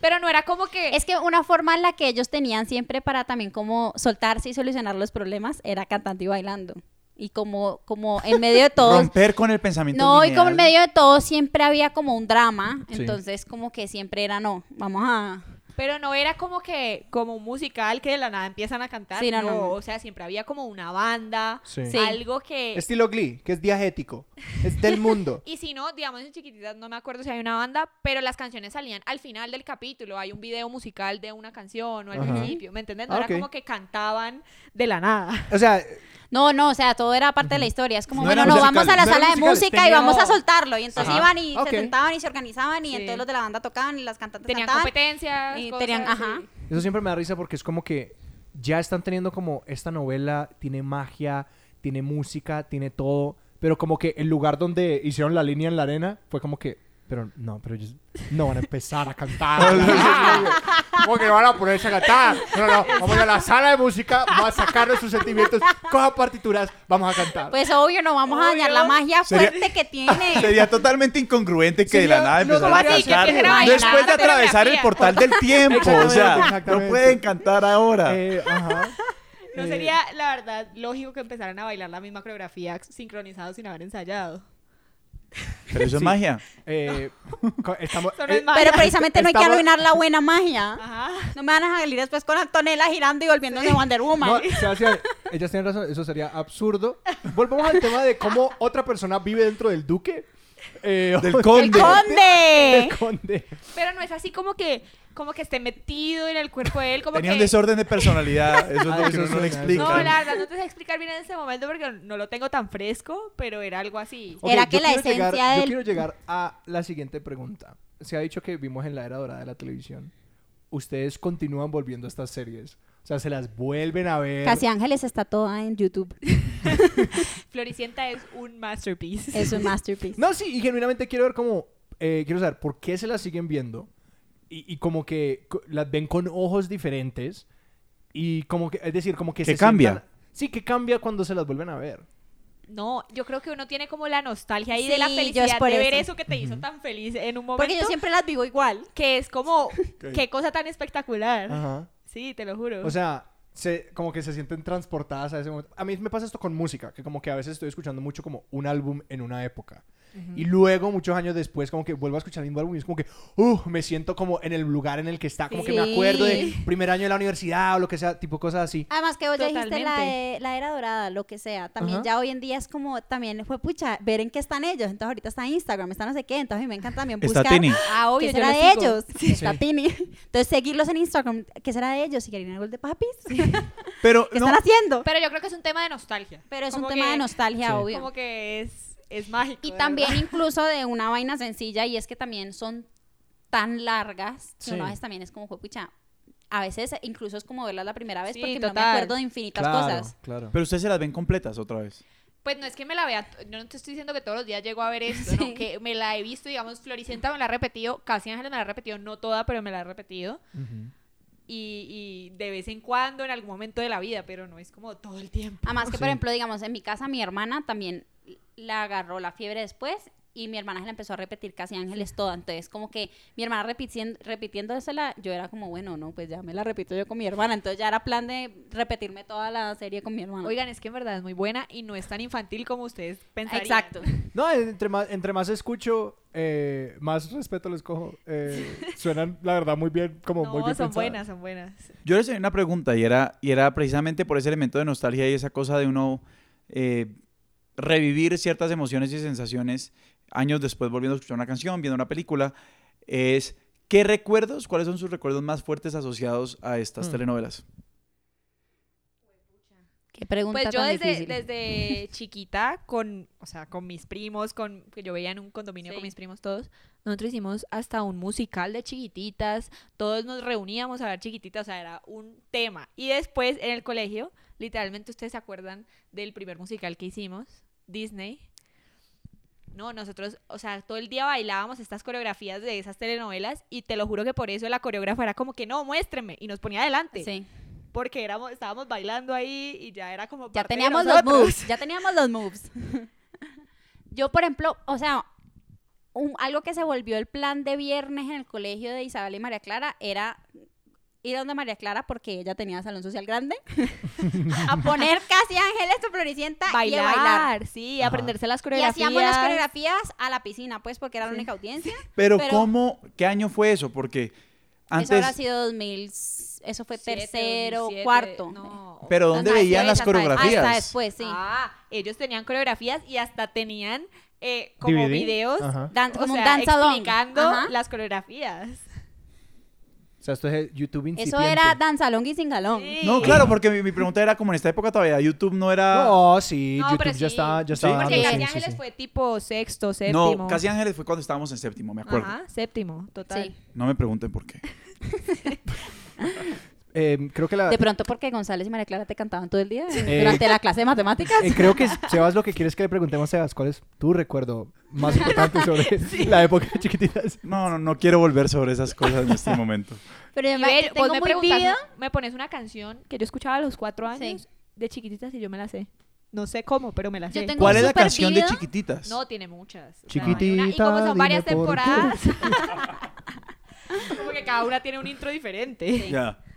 C: pero no era como que...
D: Es que una forma en la que ellos tenían siempre para también como soltarse y solucionar los problemas era cantando y bailando. Y como, como en medio de todo.
A: Romper con el pensamiento
D: No, y como en
A: lineal.
D: medio de todo siempre había como un drama.
B: Sí.
D: Entonces, como que siempre era no, vamos a.
C: Pero no era como que, como un musical que de la nada empiezan a cantar.
D: Sí, no,
C: no,
D: no, no.
C: o sea, siempre había como una banda,
B: Sí.
D: Sí.
C: algo que...
B: Estilo Glee, que es diegético. Es del mundo.
C: Y si no, digamos en chiquititas, no me acuerdo si hay una banda, pero las canciones salían al final del capítulo. Hay un video musical de una canción o al
B: Ajá.
C: principio, ¿me entiendes? No
B: Ah,
C: era
B: ok.
C: como que cantaban de la nada.
B: O sea,
D: No, no, o sea, todo era parte de la historia. Es como,
A: No
D: bueno,
A: eran
D: no, vamos
B: musicales,
D: a la
B: no eran
D: sala de
B: musicales,
D: música y
B: tenían-
D: vamos a soltarlo. Y entonces
A: Ajá.
D: iban y
B: Ok.
D: se sentaban y se organizaban y
C: Sí.
D: entonces los de la banda tocaban y las cantantes
C: Tenían
D: cantaban.
C: competencias.
D: y
C: cosas,
D: tenían- ajá.
C: sí.
B: Eso siempre me da risa porque es como que ya están teniendo como esta novela, tiene magia, tiene música, tiene todo, pero como que el lugar donde hicieron la línea en la arena fue como que, pero no, pero ellos no van a empezar a cantar. como que no van a ponerse a cantar. No, no, vamos a la sala de música, vamos a sacarle sus sentimientos, coja partituras, vamos a cantar.
D: Pues obvio, no vamos a dañar la
A: Obvio.
D: magia
A: Sería-
D: fuerte que tiene.
A: Sería totalmente incongruente que de la
B: Sería-
A: nada
B: no,
A: empezaran
B: ¿cómo
A: a
C: así? Que
A: cantar
C: empiecen a
A: después de
C: bailar
A: atravesar el
C: coreografía.
A: portal del tiempo. O sea,
B: Exactamente,
A: no pueden cantar ahora.
B: Eh, ajá.
C: No
B: Eh,
C: sería, la verdad, lógico que empezaran a bailar la misma coreografía sincronizado sin haber ensayado.
A: Pero eso es magia.
B: eh, co- estamos,
C: Eso no es
B: eh,
C: magia.
D: Pero precisamente no hay que
B: Estamos-
D: arruinar la buena magia.
C: Ajá.
D: No me van a salir después con Antonella girando y volviéndose Wonder Woman.
A: eh,
B: No, Sebastián, ellas tienen razón, eso sería absurdo. Volvamos al tema de cómo otra persona vive dentro del duque. Eh,
A: Del
B: o-
D: ¡El
A: conde.
D: conde!
B: del conde.
C: Pero no es así como que, como que esté metido en el cuerpo de él, como
A: Tenía un
C: que...
A: desorden de personalidad. Eso es
B: Ah,
A: lo que
B: eso
A: uno no le
B: suena,
A: explica.
C: No, la verdad, no te sé explicar bien en ese momento porque no lo tengo tan fresco, pero era algo así.
B: Ok,
D: Era
B: yo
D: que la
B: quiero llegar-
D: esencia
B: Yo
D: del-
B: quiero llegar a la siguiente pregunta. Se ha dicho que vimos en la era dorada de la televisión. Ustedes continúan volviendo a estas series. O O sea, se las vuelven a ver.
D: Casi Ángeles está toda en YouTube.
C: Floricienta es un masterpiece.
D: Es un masterpiece.
B: No, sí, y genuinamente quiero ver cómo. eh, quiero saber por qué se las siguen viendo. Y, y como que co- las ven con ojos diferentes. Y como que. Es decir, como que.
A: ¿Qué
B: se
A: cambia?
B: sientan- sí, que cambia cuando se las vuelven a ver.
C: No, yo creo que uno tiene como la nostalgia ahí de la
D: Sí, yo es
C: felicidad
D: por
C: de ver
D: eso.
C: eso que te hizo tan feliz en un momento.
D: Porque yo siempre las vivo igual.
C: Que es como, qué cosa tan espectacular.
B: Ajá.
C: Sí, te lo juro.
B: O sea, se, como que se sienten transportadas a ese momento. A mí me pasa esto con música, que como que a veces estoy escuchando mucho como un álbum en una época. Y luego, muchos años después, como que vuelvo a escuchar el mismo álbum y es como que, uh, me siento como en el lugar en el que está, como que me acuerdo de
D: Sí.
B: primer año de la universidad o lo que sea, tipo cosas así.
D: Además que vos ya dijiste la,
C: Totalmente.
D: e- la era dorada, lo que sea. También
B: Ajá.
D: ya hoy en día es como, también fue pucha, ver en qué están ellos. Entonces ahorita está Instagram, está no sé qué. Entonces a mí me encanta también
A: Está
D: buscar.
A: Tini.
C: ah,
D: ¿Qué
C: obvio, yo
D: será
C: lo
D: de
C: sigo.
D: ellos? Está Tini. Entonces seguirlos en Instagram, ¿qué será de ellos? ¿Si quieren algo de papis?
A: Pero
D: ¿Qué
A: no,
D: están haciendo?
C: Pero yo creo que es un tema de nostalgia.
D: Pero es
C: Como
D: un tema
C: que-
D: de nostalgia,
B: Sí.
D: obvio.
C: Como que es, es mágico.
D: Y
C: de
D: también
C: verdad.
D: incluso de una vaina sencilla y es que también son tan largas que una
B: Sí.
D: vez también es como fue pucha. A veces incluso es como verlas la primera vez
C: Sí,
D: porque no me
C: total.
D: acuerdo de infinitas cosas.
B: claro.
A: pero ustedes se las ven completas otra vez.
C: Pues no es que me la vea, yo no te estoy diciendo que todos los días llego a ver esto,
D: Sí.
C: no, que me la he visto, digamos, Floricienta me la ha repetido, Casi Ángeles me la ha repetido, no toda, pero me la ha repetido. Y, y de vez en cuando, en algún momento de la vida, pero no es como todo el tiempo.
D: Además Ah, que, por
B: Sí.
D: ejemplo, digamos, en mi casa mi hermana también la agarró la fiebre después y mi hermana se la empezó a repetir casi ángeles toda. Entonces, como que mi hermana repitiendo, repitiéndosela, yo era como, bueno, no, pues ya me la repito yo con mi hermana. Entonces ya era plan de repetirme toda la serie con mi hermana.
C: Oigan, es que en verdad es muy buena y no es tan infantil como ustedes pensarían.
D: Exacto.
B: No, entre más, entre más escucho, eh, más respeto les cojo. Eh, suenan, la verdad, muy bien, como
C: No,
B: muy bien
C: son
B: pensadas.
C: buenas, son buenas.
A: Yo les tenía una pregunta y era, y era precisamente por ese elemento de nostalgia y esa cosa de uno eh, revivir ciertas emociones y sensaciones años después volviendo a escuchar una canción, viendo una película, es ¿qué recuerdos, cuáles son sus recuerdos más fuertes asociados a estas
B: Mm.
A: telenovelas?
D: Qué pregunta
C: Pues yo
D: tan
C: desde,
D: difícil.
C: desde chiquita, con, o sea, con mis primos, con que yo veía en un condominio
D: Sí.
C: con mis primos todos, nosotros hicimos hasta un musical de chiquititas, todos nos reuníamos a ver chiquititas, o sea, era un tema. Y después en el colegio, literalmente ustedes se acuerdan del primer musical que hicimos, Disney. No, nosotros, o sea, todo el día bailábamos estas coreografías de esas telenovelas y te lo juro que por eso la coreógrafa era como que no, muéstrenme y nos ponía adelante
D: Sí.
C: porque éramos, estábamos bailando ahí y ya era como
D: Ya
C: parte de
D: teníamos los
C: nosotros.
D: moves, ya teníamos los moves. Yo, por ejemplo, o sea, un- algo que se volvió el plan de viernes en el colegio de Isabel y María Clara era ir a donde María Clara porque ella tenía salón social grande a poner casi ángeles tu floricienta
C: Bailar,
D: y a bailar.
C: sí,
B: Ajá.
C: aprenderse las
D: Y
C: coreografías.
D: hacíamos las coreografías a la piscina, pues, porque era la
C: Sí.
D: única audiencia.
A: Pero,
D: Pero-
A: ¿cómo, qué año fue eso? Porque
D: Eso habrá
A: antes,
D: sido 2000, eso fue
C: Siete,
D: tercero,
C: 2007,
D: cuarto.
C: no.
A: pero ¿dónde
D: Ajá,
A: veían
D: después,
A: las
D: hasta después.
A: coreografías?
D: Hasta después, sí.
C: Ah, ellos tenían coreografías y hasta tenían eh, como
B: DVD.
C: videos
B: Ajá.
D: Dan-
C: o
D: como un
C: sea,
D: danzadón.
C: explicando
D: Ajá.
C: las coreografías.
B: O sea, esto es YouTube
D: Eso
B: incipiente.
D: era danzalón y sin galón.
C: Sí.
A: No, claro, porque mi, mi pregunta era como en esta época todavía YouTube no era...
B: Ah. No, sí,
C: No,
B: YouTube
C: pero
B: ya
C: sí.
B: estaba, ya
A: Ah, Sí,
B: estaba
C: Porque
B: dando,
C: Casi
B: sí, sí,
C: Ángeles
B: sí.
C: fue tipo sexto, séptimo.
A: No, Casi Ángeles fue cuando estábamos en séptimo, me acuerdo.
C: Ajá, séptimo, total.
D: Sí.
A: No me pregunten por qué.
B: Eh, creo que la...
D: De pronto porque González y María Clara te cantaban todo el día eh,
B: Eh,
D: durante la clase de matemáticas.
B: eh, creo que, Sebas, lo que quieres que le preguntemos, Sebas, ¿cuál es tu recuerdo más importante sobre la época de chiquititas?
A: No, no, no quiero volver sobre esas cosas en este momento.
D: Pero yo
C: Y
D: me,
C: ver, vos
D: tengo
C: me
D: muy
C: preguntas,
D: vivido.
C: me pones una canción que yo escuchaba a los cuatro
D: Sí.
C: años de chiquititas y yo me la sé. No sé cómo, pero me la
D: Yo
C: sé.
D: tengo-
A: ¿Cuál es la
D: súper
A: canción
D: vivo.
A: de Chiquititas?
C: No, tiene muchas. o sea, hay
B: Chiquitita,
C: una- y como son
B: dime
C: varias
B: por qué.
C: temporadas, como que cada una tiene un intro diferente.
A: Ya.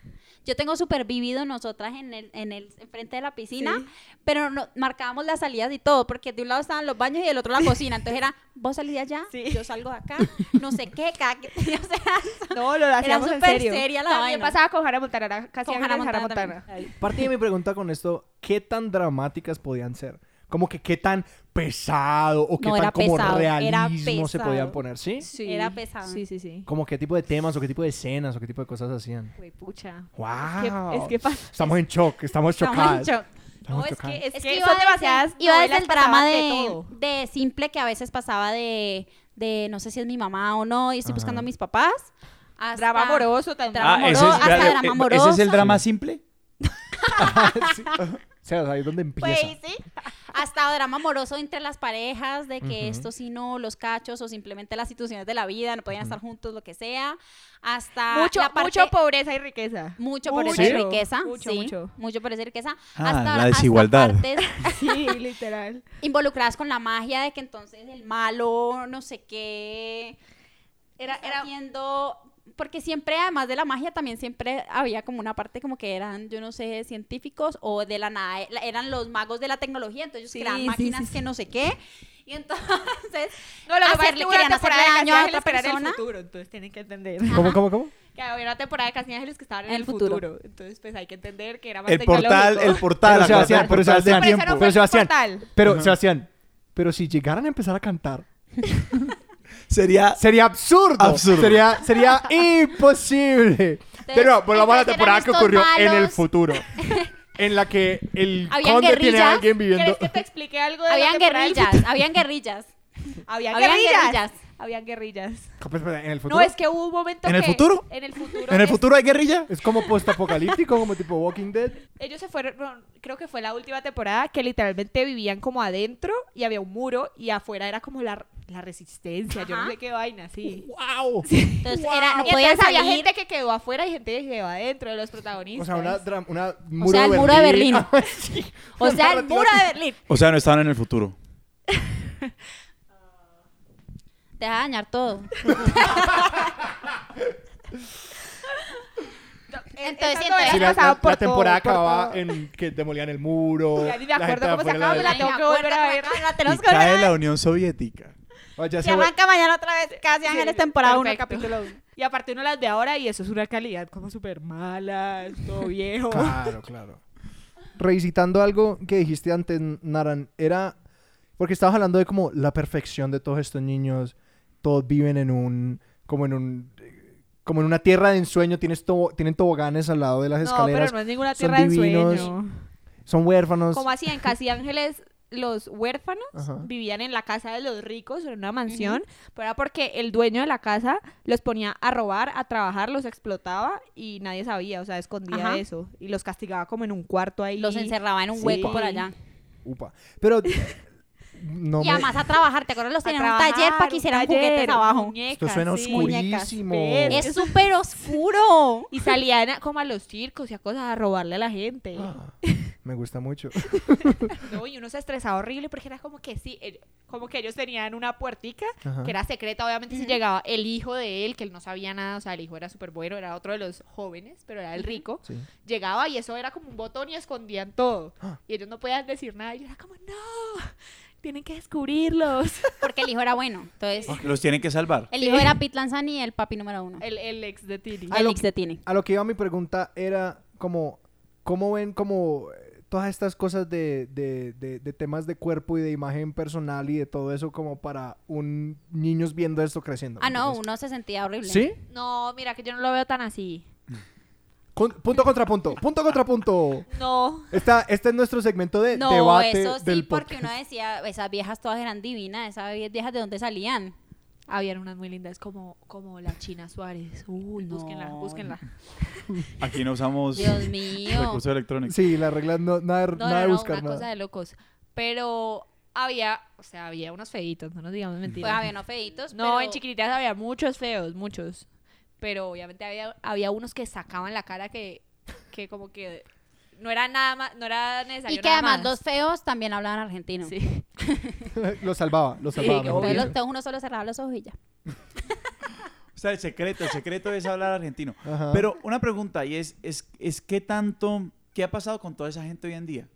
D: Yo tengo súper vivido nosotras en el, en el frente de la piscina, pero no, marcábamos las salidas y todo, porque de un lado estaban los baños y del otro la cocina. Entonces era, vos salís de allá,
C: Sí.
D: yo salgo de acá, no sé qué, cada que- o sea,
C: No, lo hacíamos en
D: súper
C: serio.
D: seria la
C: También
D: vaina.
C: pasaba con Jara Montana, casi
D: con
C: Jara Montana.
D: Montana
C: Montana.
D: también.
B: Parte de mi pregunta con esto, ¿qué tan dramáticas podían ser? Como que qué tan pesado o qué
D: No,
B: tan
D: era
B: como
D: pesado, era
B: realismo se
D: pesado.
B: podían poner, ¿sí?
C: Sí.
D: Era pesado.
C: Sí, sí, sí.
B: Como qué tipo de temas o qué tipo de escenas o qué tipo de cosas hacían.
C: Güey, pucha.
B: ¡Wow!
C: Es que, es que pas-
B: Estamos en shock, estamos
D: Estamos en
B: chocadas.
D: shock.
B: Estamos
C: No, es
B: chocadas.
C: que, es
D: Es
C: que son
D: que iba desde-
C: demasiadas
D: Iba desde
C: novelas,
D: el drama
C: pasaban
D: de,
C: todo.
D: de simple que a veces pasaba de, de no sé si es mi mamá o no, y estoy buscando
B: Ajá.
D: a mis papás. hasta-
C: Drama amoroso también.
A: Ah, eh.
D: Drama Ah, amoroso, ese es- hasta
A: ¿Ese
D: drama
A: es el
D: amoroso.
A: drama simple?
B: Sí. O sea, ahí es donde empieza.
D: Pues sí. Hasta drama amoroso entre las parejas, de que
B: Ujú.
D: esto sí no, los cachos o simplemente las situaciones de la vida, no podían estar juntos, lo que sea. Hasta
C: mucho,
D: Ah, la parte-
C: mucho pobreza y riqueza.
D: mucho por
C: Mucho.
D: esa riqueza.
C: Mucho,
D: sí,
C: mucho.
D: mucho. por esa riqueza.
A: Ah,
D: hasta
A: la
D: hasta
A: desigualdad.
D: partes
C: Sí, literal.
D: involucradas con la magia de que entonces el malo, no sé qué,
C: Era-
D: era,
C: era-
D: haciendo... Porque siempre, además de la magia, también siempre había como una parte como que eran, yo no sé, científicos o de la nada, la- eran los magos de la tecnología, entonces ellos
C: Sí,
D: creaban
C: sí,
D: máquinas
C: sí, sí.
D: que no sé qué. Y entonces,
C: No, lo que pasa es
D: Hacerle-
C: que hubo una
D: querían
C: temporada
D: hacerle
C: de
D: daño a
C: Casi Ángeles
D: otra
C: que era en el
D: persona. Ah.
C: futuro, entonces tienen que entender.
B: ¿Cómo, cómo, cómo?
C: Que había una temporada de Casi Ángeles que estaban en, el futuro. Entonces, pues hay que entender que era más
A: El portal, el
C: tecnológico.
A: portal,
B: Pero
A: acuérdate
B: Sebastián,
A: del
B: pero
A: portal
B: Sebastián,
A: del
C: Por eso
A: tiempo.
C: no
B: Pero
C: fue el
B: Sebastián,
C: portal.
B: Pero,
A: Ajá.
B: Sebastián, pero si llegaran a empezar a cantar,
A: Sería
B: sería absurdo.
A: Absurdo.
B: Sería, sería imposible. Pero por la mala
D: entonces eran
B: temporada que
D: estos
B: ocurrió en el
D: malos.
B: futuro. En la que el
D: Habían
B: conde tiene a
D: guerrillas.
B: alguien viviendo.
C: ¿Quieres que te explique algo de la
D: Habían
C: temporada del
D: guerrillas, habían guerrillas.
C: futuro? Había
D: Habían
C: guerrillas.
D: guerrillas.
C: Habían guerrillas.
B: Pues, pues, En el futuro.
C: No, es que hubo un momento
A: ¿En el
C: que-
A: futuro?
C: En el futuro.
A: ¿En el
C: es-
A: futuro hay guerrilla?
B: Es como postapocalíptico, como tipo Walking Dead.
C: Ellos se fueron, no, creo que fue la última temporada que literalmente vivían como adentro y había un muro y afuera era como la, la resistencia, yo no
D: Ajá.
C: sé qué vaina, sí.
B: ¡Wow!
D: Entonces, era, no
C: Y
D: podían
C: entonces había
D: salir.
C: gente que quedó afuera y gente que quedó adentro de los protagonistas.
B: O sea, una, dram- una muro
D: sea, el muro de Berlín.
B: Sí.
D: O sea, el muro de Berlín.
A: O sea, no estaban en el futuro.
D: Te vas a dañar todo. Entonces,
C: Entonces,
D: entonces-
B: Sí, la,
C: pasado
B: la-
C: por
B: la temporada
C: todo, por
B: acababa
C: todo.
B: en que demolían el muro.
C: Ya ni me acuerdo
B: gente
C: cómo se
B: afuera de
C: acababa la
D: Ay,
C: tengo que
D: me
C: volver a
D: acuerdo,
C: ver.
D: me la
A: Y
D: tenemos que volver a
A: cae
D: ver.
A: la Unión Soviética.
B: Ah, ya
D: Se
B: se
D: arranca mañana otra vez Casi
C: Sí,
D: Ángeles temporada 1,
C: perfecto.
D: capítulo 1.
C: Y aparte uno las ve ahora y eso es una calidad como súper mala, es todo viejo.
B: Claro, claro. Revisitando algo que dijiste antes, Naran, era porque estabas hablando de como la perfección de todos estos niños, todos viven en un como en un como en una tierra de ensueño, tienes tobo- tienen toboganes al lado de las
C: No, pero
B: escaleras,
C: no es ninguna
B: son
C: tierra de
B: divinos.
C: sueño.
B: son huérfanos.
C: Como así, en Casi Ángeles los huérfanos
B: Ajá.
C: vivían en la casa de los ricos, en una mansión, pero era porque el dueño de la casa los ponía a robar, a trabajar, los explotaba y nadie sabía, o sea, escondía
D: Ajá.
C: eso y los castigaba como en un cuarto ahí.
D: Los encerraba en un
C: Sí.
D: hueco por allá.
B: Upa. Pero no
D: y
B: me-
D: además a trabajar, ¿te acuerdas? Los
C: A
D: tenían en un
C: trabajar,
D: taller para
C: un
D: que hicieran
C: taller,
D: juguetes abajo.
C: muñecas,
B: Esto suena
C: sí,
B: oscurísimo.
C: muñecas, pero-
D: Es súper oscuro.
C: Y salían a- como a los circos y a cosas a robarle a la gente.
B: Ah, me gusta mucho.
C: No, y uno se estresaba horrible porque era como que sí, eh, como que ellos tenían una puertica
B: Ajá.
C: que era secreta, obviamente si
D: Ujú.
C: llegaba el hijo de él, que él no sabía nada, o sea, el hijo era súper bueno, era otro de los jóvenes, pero era el
D: Ujú.
C: rico,
B: Sí.
C: llegaba y eso era como un botón y escondían todo.
B: Ah.
C: Y ellos no podían decir nada, y yo era como, no, tienen que descubrirlos.
D: Porque el hijo era bueno. Entonces,
A: Los tienen Ah, que salvar.
D: el hijo era Pete Lanzani y el papi número uno.
C: Ah, El, el ex de Tini.
D: El ex de Tini.
B: A lo que iba mi pregunta era como, ¿cómo ven como eh, todas estas cosas de, de- de- de temas de cuerpo y de imagen personal y de todo eso como para un niños viendo esto creciendo?
D: Ah, no,
B: ¿Entiendes?
D: uno se sentía horrible.
B: ¿Sí?
C: No, mira que yo no lo veo tan así.
B: Con- punto contra punto, punto contra punto.
C: No.
B: Esta, este es nuestro segmento de
D: No,
B: debate
D: eso sí,
B: del
D: porque
B: podcast.
D: uno decía, esas viejas todas eran divinas, esas viejas de dónde salían.
C: Habían unas muy lindas como, como la China Suárez. Uy,
D: No.
C: búsquenla, búsquenla.
A: Aquí no usamos
D: Dios mío.
A: Pues
D: Pues
A: recursos electrónicos.
B: Sí, la regla no, nada,
C: No,
B: nada
C: no,
B: de
C: no,
B: buscar
C: una
B: nada.
C: cosa de locos. Pero había, o sea, había unos feitos, no nos digamos
D: Pues
C: mentiras.
D: había unos feitos,
C: no,
D: pero-
C: en chiquititas había muchos feos, muchos. Pero obviamente había, había unos que sacaban la cara que, que como que no era nada más, no era necesario.
D: Y que
C: nada
D: además
C: más.
D: los feos también hablaban argentino.
C: Sí.
B: lo salvaba, lo
C: Sí,
B: salvaba.
C: que
B: mejor
C: obvio.
D: Entonces, los-
B: dicho.
D: entonces uno solo cerraba los ojos y ya.
A: O sea, el secreto, el secreto es hablar argentino.
B: Ajá.
A: Pero una pregunta y es, es, es qué tanto, qué ha pasado con toda esa gente hoy en día.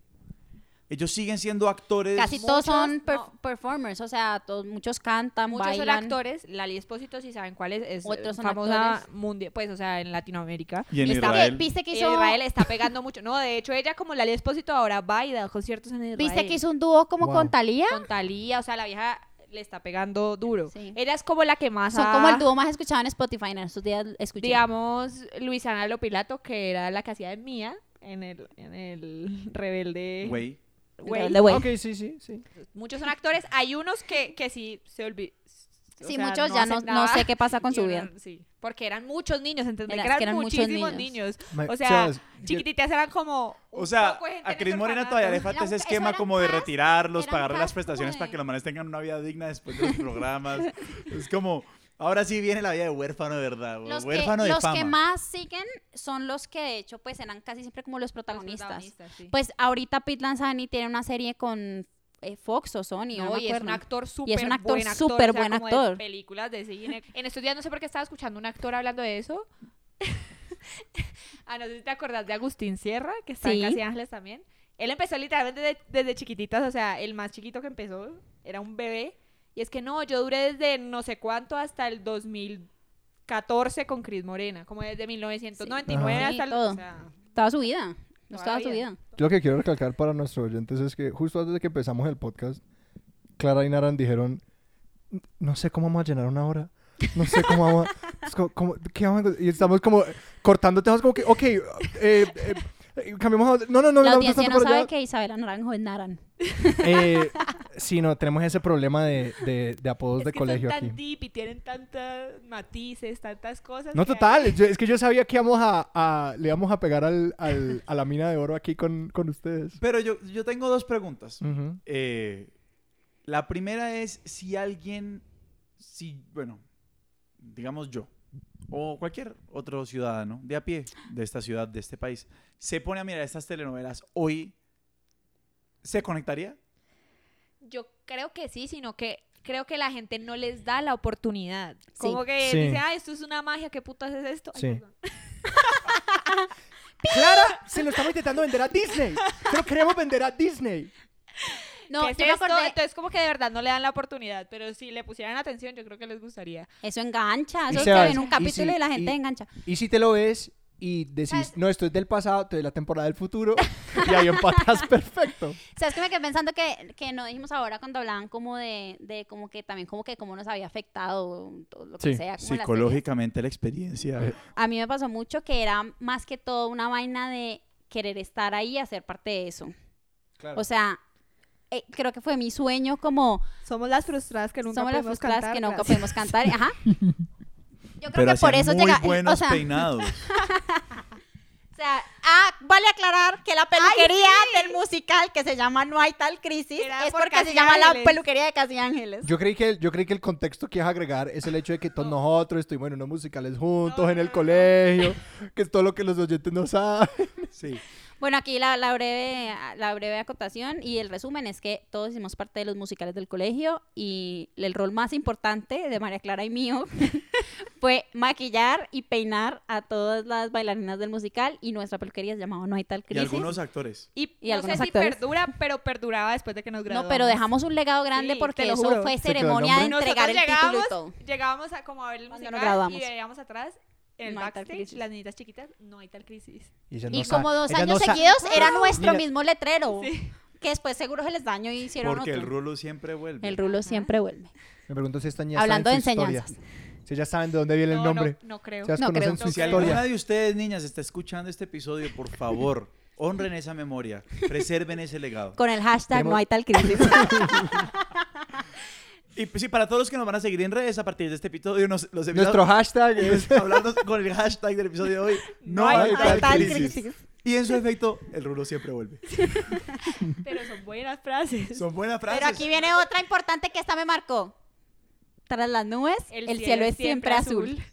A: Ellos siguen siendo actores.
D: Casi todos son
C: Muchos,
D: per-
C: no.
D: performers, o sea, todos, muchos cantan,
C: Muchos
D: bailan.
C: son actores, Lali Espósito, si saben cuál es, es
D: Otros son
C: famosa
D: actores.
C: mundial, pues, o sea, en Latinoamérica.
A: Y en
D: ¿Viste que,
A: Israel.
D: viste que
C: Y
D: hizo,
C: Israel está pegando mucho. No, de hecho, ella como Lali Espósito ahora va y da conciertos en Israel.
D: ¿viste que hizo un dúo como
B: Wow.
D: con Talía?
C: con Talía, o sea, la vieja le está pegando duro.
D: Sí.
C: Ella es como la que más
D: Son
C: ha-
D: como el dúo más escuchado en Spotify en estos días escuché.
C: Ah. digamos, Luisana Lopilato, que era la que hacía de Mía en el, en el Rebelde.
A: Güey.
C: Güey.
D: Rebelde, güey.
B: Ok, sí, sí, sí.
C: Muchos son actores. Hay unos que, que sí se, olvi- O
D: Sí,
C: sea,
D: muchos ya
C: hacen
D: no, no
C: nada.
D: sé qué pasa con
C: Y
D: su
C: uno-
D: vida.
C: Sí, porque eran muchos niños, ¿entendés?
D: Era-
C: que
D: es
C: eran,
D: que eran muchos
C: muchísimos
D: niños.
C: niños.
B: Ma-
C: O sea,
B: ¿sabes? Yo-
C: chiquititas eran como.
A: O sea, a Cris Morena todavía le falta
D: Era
A: ese
D: un- eso
A: esquema
D: era
A: como de
D: cast,
A: retirarlos,
D: era un
A: pagarle las
D: cast como
A: prestaciones para
D: de-
A: que los manes tengan una vida digna después de los programas. es como, ahora sí viene la vida de huérfano de verdad, güey,
D: Los, que,
A: huérfano de
D: los
A: fama.
D: que más siguen son los que de hecho pues eran casi siempre como los protagonistas.
C: Pues,
D: Pues ahorita Pete Lanzani tiene una serie con eh, Fox o Sony, no,
C: no,
D: me
C: y es un
D: acuerdo.
C: actor súper
D: un actor
C: buen actor,
D: súper
C: o sea,
D: buen
C: como
D: actor.
C: De películas de cine. En estos días no sé por qué estaba escuchando un actor hablando de eso. ah, no sé si te acordás de Agustín Sierra, que está
D: Sí.
C: en Casi Ángeles también. Él empezó literalmente desde, desde chiquititas, o sea, el más chiquito que empezó era un bebé. Y es que no, yo duré desde no sé cuánto hasta el 2014 con Cris Morena, como desde 1999
D: Ajá. Sí,
C: hasta el...
D: todo.
C: o sea,
D: Toda su vida. no
C: toda
D: toda
C: la
D: su
C: vida.
D: vida.
B: Yo lo que quiero recalcar para nuestros oyentes es que justo antes de que empezamos el podcast, Clara y Naran dijeron, no sé cómo vamos a llenar una hora. No sé cómo vamos a... es como- como- ¿qué vamos a encontrar?" y estamos como cortando temas como que, ok, eh, eh, eh, cambiamos a... otro- No, no, no.
D: La
B: vamos
D: audiencia
B: tanto
D: no
B: para
D: sabe
B: allá.
D: que Isabela Naranjo es Naran.
B: Eh, sí, no, tenemos ese problema de, de, de apodos
C: Es
B: de
C: que
B: colegio
C: son tan
B: aquí.
C: deep y tienen tantos matices, tantas cosas.
B: No,
C: que hay-
B: total. yo- es que yo sabía que íbamos a, a- le íbamos a pegar al, al- a la mina de oro aquí con, con ustedes.
A: Pero yo, yo tengo dos preguntas.
B: Ujú.
A: Eh, la primera es si alguien, si, bueno, digamos yo, o cualquier otro ciudadano de a pie de esta ciudad, de este país, se pone a mirar estas telenovelas hoy, ¿se conectaría?
C: Yo creo que sí, sino que creo que la gente no les da la oportunidad. Como que
B: Sí.
C: dice, ah, esto es una magia, ¿qué putas es esto? Ay,
B: Sí.
C: perdón.
B: Clara, se lo estamos intentando vender a Disney. Se lo queremos vender a Disney.
D: No,
C: ¿Qué es
D: yo me
C: esto?
D: acordé-
C: Entonces como que de verdad no le dan la oportunidad, pero si le pusieran atención, yo creo que les gustaría.
D: Eso engancha.
B: Y
D: Eso
B: Sebas,
D: se ve en un
B: y
D: capítulo
B: si-
D: y la gente
B: y-
D: engancha.
B: Y si te lo ves y decís,
C: ¿Sabes?
B: no, esto es del pasado, te doy la temporada del futuro. Y ahí empatas perfecto.
D: ¿Sabes que me quedé pensando que, que no dijimos ahora cuando hablaban como de, de como que también como que cómo nos había afectado todo lo que
B: Sí,
D: sea? como las
A: Psicológicamente la experiencia.
B: Eh.
D: series? A mí me pasó mucho que era más que todo una vaina de querer estar ahí y hacer parte de eso.
B: Claro.
D: O sea, eh, creo que fue mi sueño como
C: Somos las frustradas que nunca
D: somos las
C: podemos
D: frustradas
C: cantar.
D: que nunca podemos cantar. Ajá. Yo creo que
A: hacían
D: por eso
A: muy
D: llega.
A: buenos
D: o sea,
A: peinados.
D: O sea, ah, vale aclarar que la peluquería del musical que se llama No hay tal crisis
C: Era
D: es
C: por
D: porque
C: Casi
D: se llama la
C: Ángeles.
D: peluquería de Casi Ángeles.
B: Yo creí, que el, yo creí que el contexto que ibas a agregar es el hecho de que todos nosotros estuvimos en unos musicales juntos,
C: No,
B: en el
C: no, no.
B: colegio, que es todo lo que los oyentes no saben.
A: Sí.
D: Bueno, aquí la, la breve la breve acotación y el resumen es que todos hicimos parte de los musicales del colegio y el rol más importante de María Clara y mío fue maquillar y peinar a todas las bailarinas del musical y nuestra peluquería se llamaba No hay tal
A: Y
D: crisis.
A: algunos actores.
C: Y,
D: Y
C: no
D: algunos
C: sé si
D: actores.
C: perdura, pero perduraba después de que nos graduamos.
D: no, pero dejamos un legado grande
C: Sí,
D: porque
C: te lo
D: eso
C: juro.
D: fue
B: Se quedó el
D: ceremonia de
B: nombre.
D: entregar el título y todo.
C: llegábamos a como a ver el
D: Cuando nos
C: musical
D: graduamos.
C: y veíamos atrás en el
D: No hay tal
C: backstage
D: crisis.
C: las niñitas chiquitas, no hay tal crisis.
B: ellas no
D: Y
B: saben-
D: como dos
B: ellas
D: años
B: no sa-
D: seguidos era nuestro
B: Mira.
D: mismo letrero. Que después seguro se les dañó y hicieron
A: Porque el
D: otro.
A: rulo siempre vuelve.
D: El rulo siempre vuelve.
B: Me pregunto si estas niñas
D: Hablando de
B: saben su historia.
D: enseñanzas.
B: Si ellas saben de dónde viene
C: no,
B: el
C: no,
B: nombre.
C: No, creo.
B: Si ellas
D: No
B: conocen
D: creo.
B: su
D: No
A: Si
B: historia.
A: alguna de ustedes, niñas, está escuchando este episodio, por favor, honren esa memoria, preserven ese legado.
D: Con el hashtag
B: Tenemos-
D: no hay tal crisis.
A: Y pues, sí, para todos los que nos van a seguir en redes a partir de este episodio, nos, los episodios-
B: Nuestro hashtag es...
A: hablando con el hashtag del episodio de hoy, no,
C: No
A: hay,
B: hay
A: tal,
B: tal
A: crisis. Y en su efecto, el rulo siempre vuelve.
C: Pero son buenas frases.
A: Son buenas frases.
D: Pero aquí viene otra importante que esta me marcó. Tras las nubes, el, cielo, es siempre azul.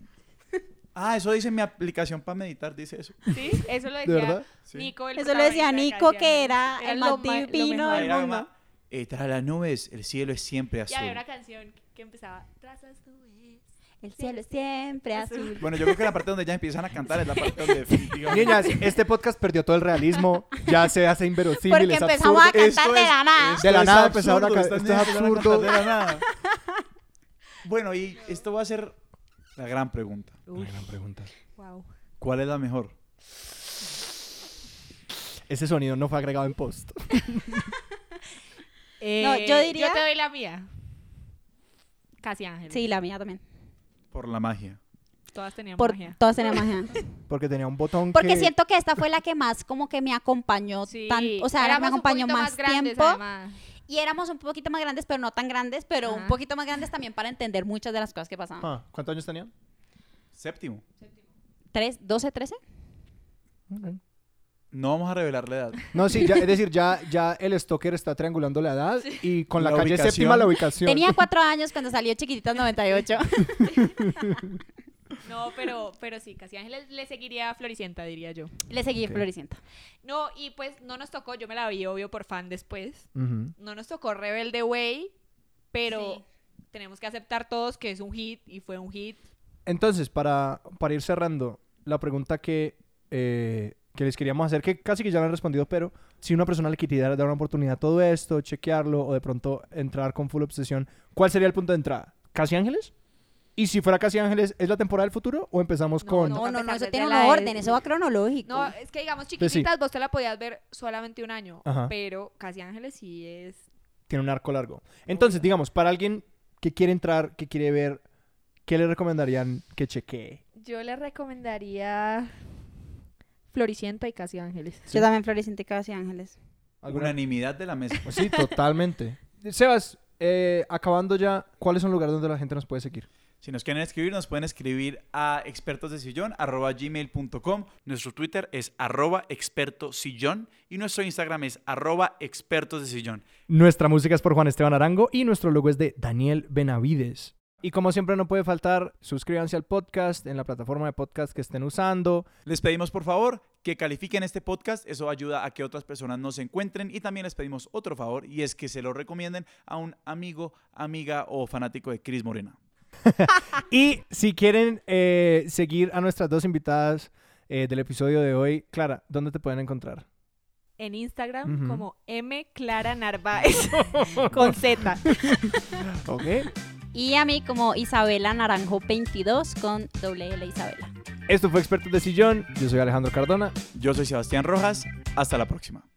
A: Ah, eso dice mi aplicación para meditar, dice eso.
C: Sí, eso lo
B: ¿De verdad?
C: decía
A: Sí.
C: Nico. el
D: Eso lo decía
C: protagonista de
D: Nico,
C: Casi
D: que
C: Ángeles.
D: era el
C: lo
D: más
C: ma- lo
D: divino
C: mejor.
D: del
A: Era
D: mundo.
A: más, eh, tras las nubes, el cielo es siempre
C: Y
A: azul.
C: había una canción que empezaba, tras las nubes.
D: El cielo es siempre azul.
A: Bueno, yo creo que la parte donde ya empiezan a cantar es la parte donde definitivamente...
B: Niñas, este podcast perdió todo el realismo. Ya se hace inverosímil.
D: Porque
B: es
D: empezamos a
B: absurdo.
D: cantar
A: Esto
D: de
A: es-
D: la nada.
A: esto
B: De la
A: es
B: nada empezaron a
A: absurdo,
B: ca-
A: estas
B: esto es
A: niñas empezaron a
B: absurdo.
A: cantar de la nada. Bueno, y esto va a ser la gran pregunta.
C: Uy,
B: Gran pregunta.
C: wow.
A: ¿Cuál es la mejor?
B: Ese sonido no fue agregado en post.
D: No, Eh, yo diría-
C: Yo te doy la mía. Casi Ángel.
D: Sí, la mía también.
A: Por la magia.
C: Todas tenían
D: Por
C: magia.
D: todas en la magia.
B: Porque tenía un botón
D: Porque
B: que...
D: siento que esta fue la que más como que me acompañó
C: Sí,
D: tan, o sea, me
C: éramos un
D: acompañó
C: poquito
D: más,
C: grandes,
D: tiempo
C: además.
D: y éramos un poquito más grandes, pero no tan grandes, pero un
C: Ajá.
D: poquito más grandes también para entender muchas de las cosas que pasaban.
B: Ah, ¿Cuántos años tenían?
A: Séptimo.
D: ¿Tres, 12, 13?
A: No vamos a revelar la edad.
B: No, sí, ya- es decir, ya, ya el stalker está triangulando la edad y con la,
A: La
B: calle
A: ubicación.
B: séptima la ubicación.
D: Tenía cuatro años cuando salió Chiquititas 98.
C: No, pero, pero sí, Casi Ángeles le seguiría floricienta, diría yo.
D: Le seguí
B: Ok.
D: floreciendo.
C: No, y pues no nos tocó, yo me la vi obvio por fan después.
B: Ujú.
C: No nos tocó Rebelde Way, pero
D: Sí.
C: tenemos que aceptar todos que es un hit y fue un hit.
B: Entonces, para, para ir cerrando, la pregunta que, eh, que les queríamos hacer, que casi que ya la han respondido, pero si una persona le quisiera dar una oportunidad a todo esto, chequearlo o de pronto entrar con full obsesión, ¿cuál sería el punto de entrada? ¿Casi Ángeles? Y si fuera Casi Ángeles, ¿es la temporada del futuro o empezamos
C: No,
B: con...
C: no,
D: No, no, no,
C: empezar
D: eso
C: desde
D: tiene
C: la
D: un
C: de-
D: orden, eso va cronológico.
C: No, es que digamos
B: Pues sí.
C: chiquititas, vos te la podías ver solamente un año,
B: Ajá.
C: pero Casi Ángeles sí es
B: Tiene un arco largo. Entonces, digamos, para alguien que quiere entrar, que quiere ver, ¿qué le recomendarían que chequee?
C: Yo le recomendaría Floricienta y Casi Ángeles.
D: Yo también floreciente casi ángeles.
B: ¿Alguna-
A: Unanimidad de la mesa.
B: Pues sí, totalmente. Sebas, eh, acabando ya, ¿cuál es un lugar donde la gente nos puede seguir?
A: Si nos quieren escribir, nos pueden escribir a expertosdesillón.com. Nuestro Twitter es arroba expertosillón y nuestro Instagram es arroba expertosdesillón.
B: Nuestra música es por Juan Esteban Arango y nuestro logo es de Daniel Benavides. Y como siempre no puede faltar, suscríbanse al podcast en la plataforma de podcast que estén usando.
A: Les pedimos por favor que califiquen este podcast, eso ayuda a que otras personas nos encuentren y también les pedimos otro favor y es que se lo recomienden a un amigo, amiga o fanático de Cris Morena.
B: Y si quieren eh, seguir a nuestras dos invitadas eh, del episodio de hoy, Clara, ¿dónde te pueden encontrar?
C: En Instagram
B: Ujú.
C: como M Clara Narváez con Z.
B: Ok.
D: Y a mí como Isabela Naranjo 22 con doble L Isabela.
B: Esto fue Expertos de Sillón. Yo soy Alejandro Cardona.
A: Yo soy Sebastián Rojas, hasta la próxima.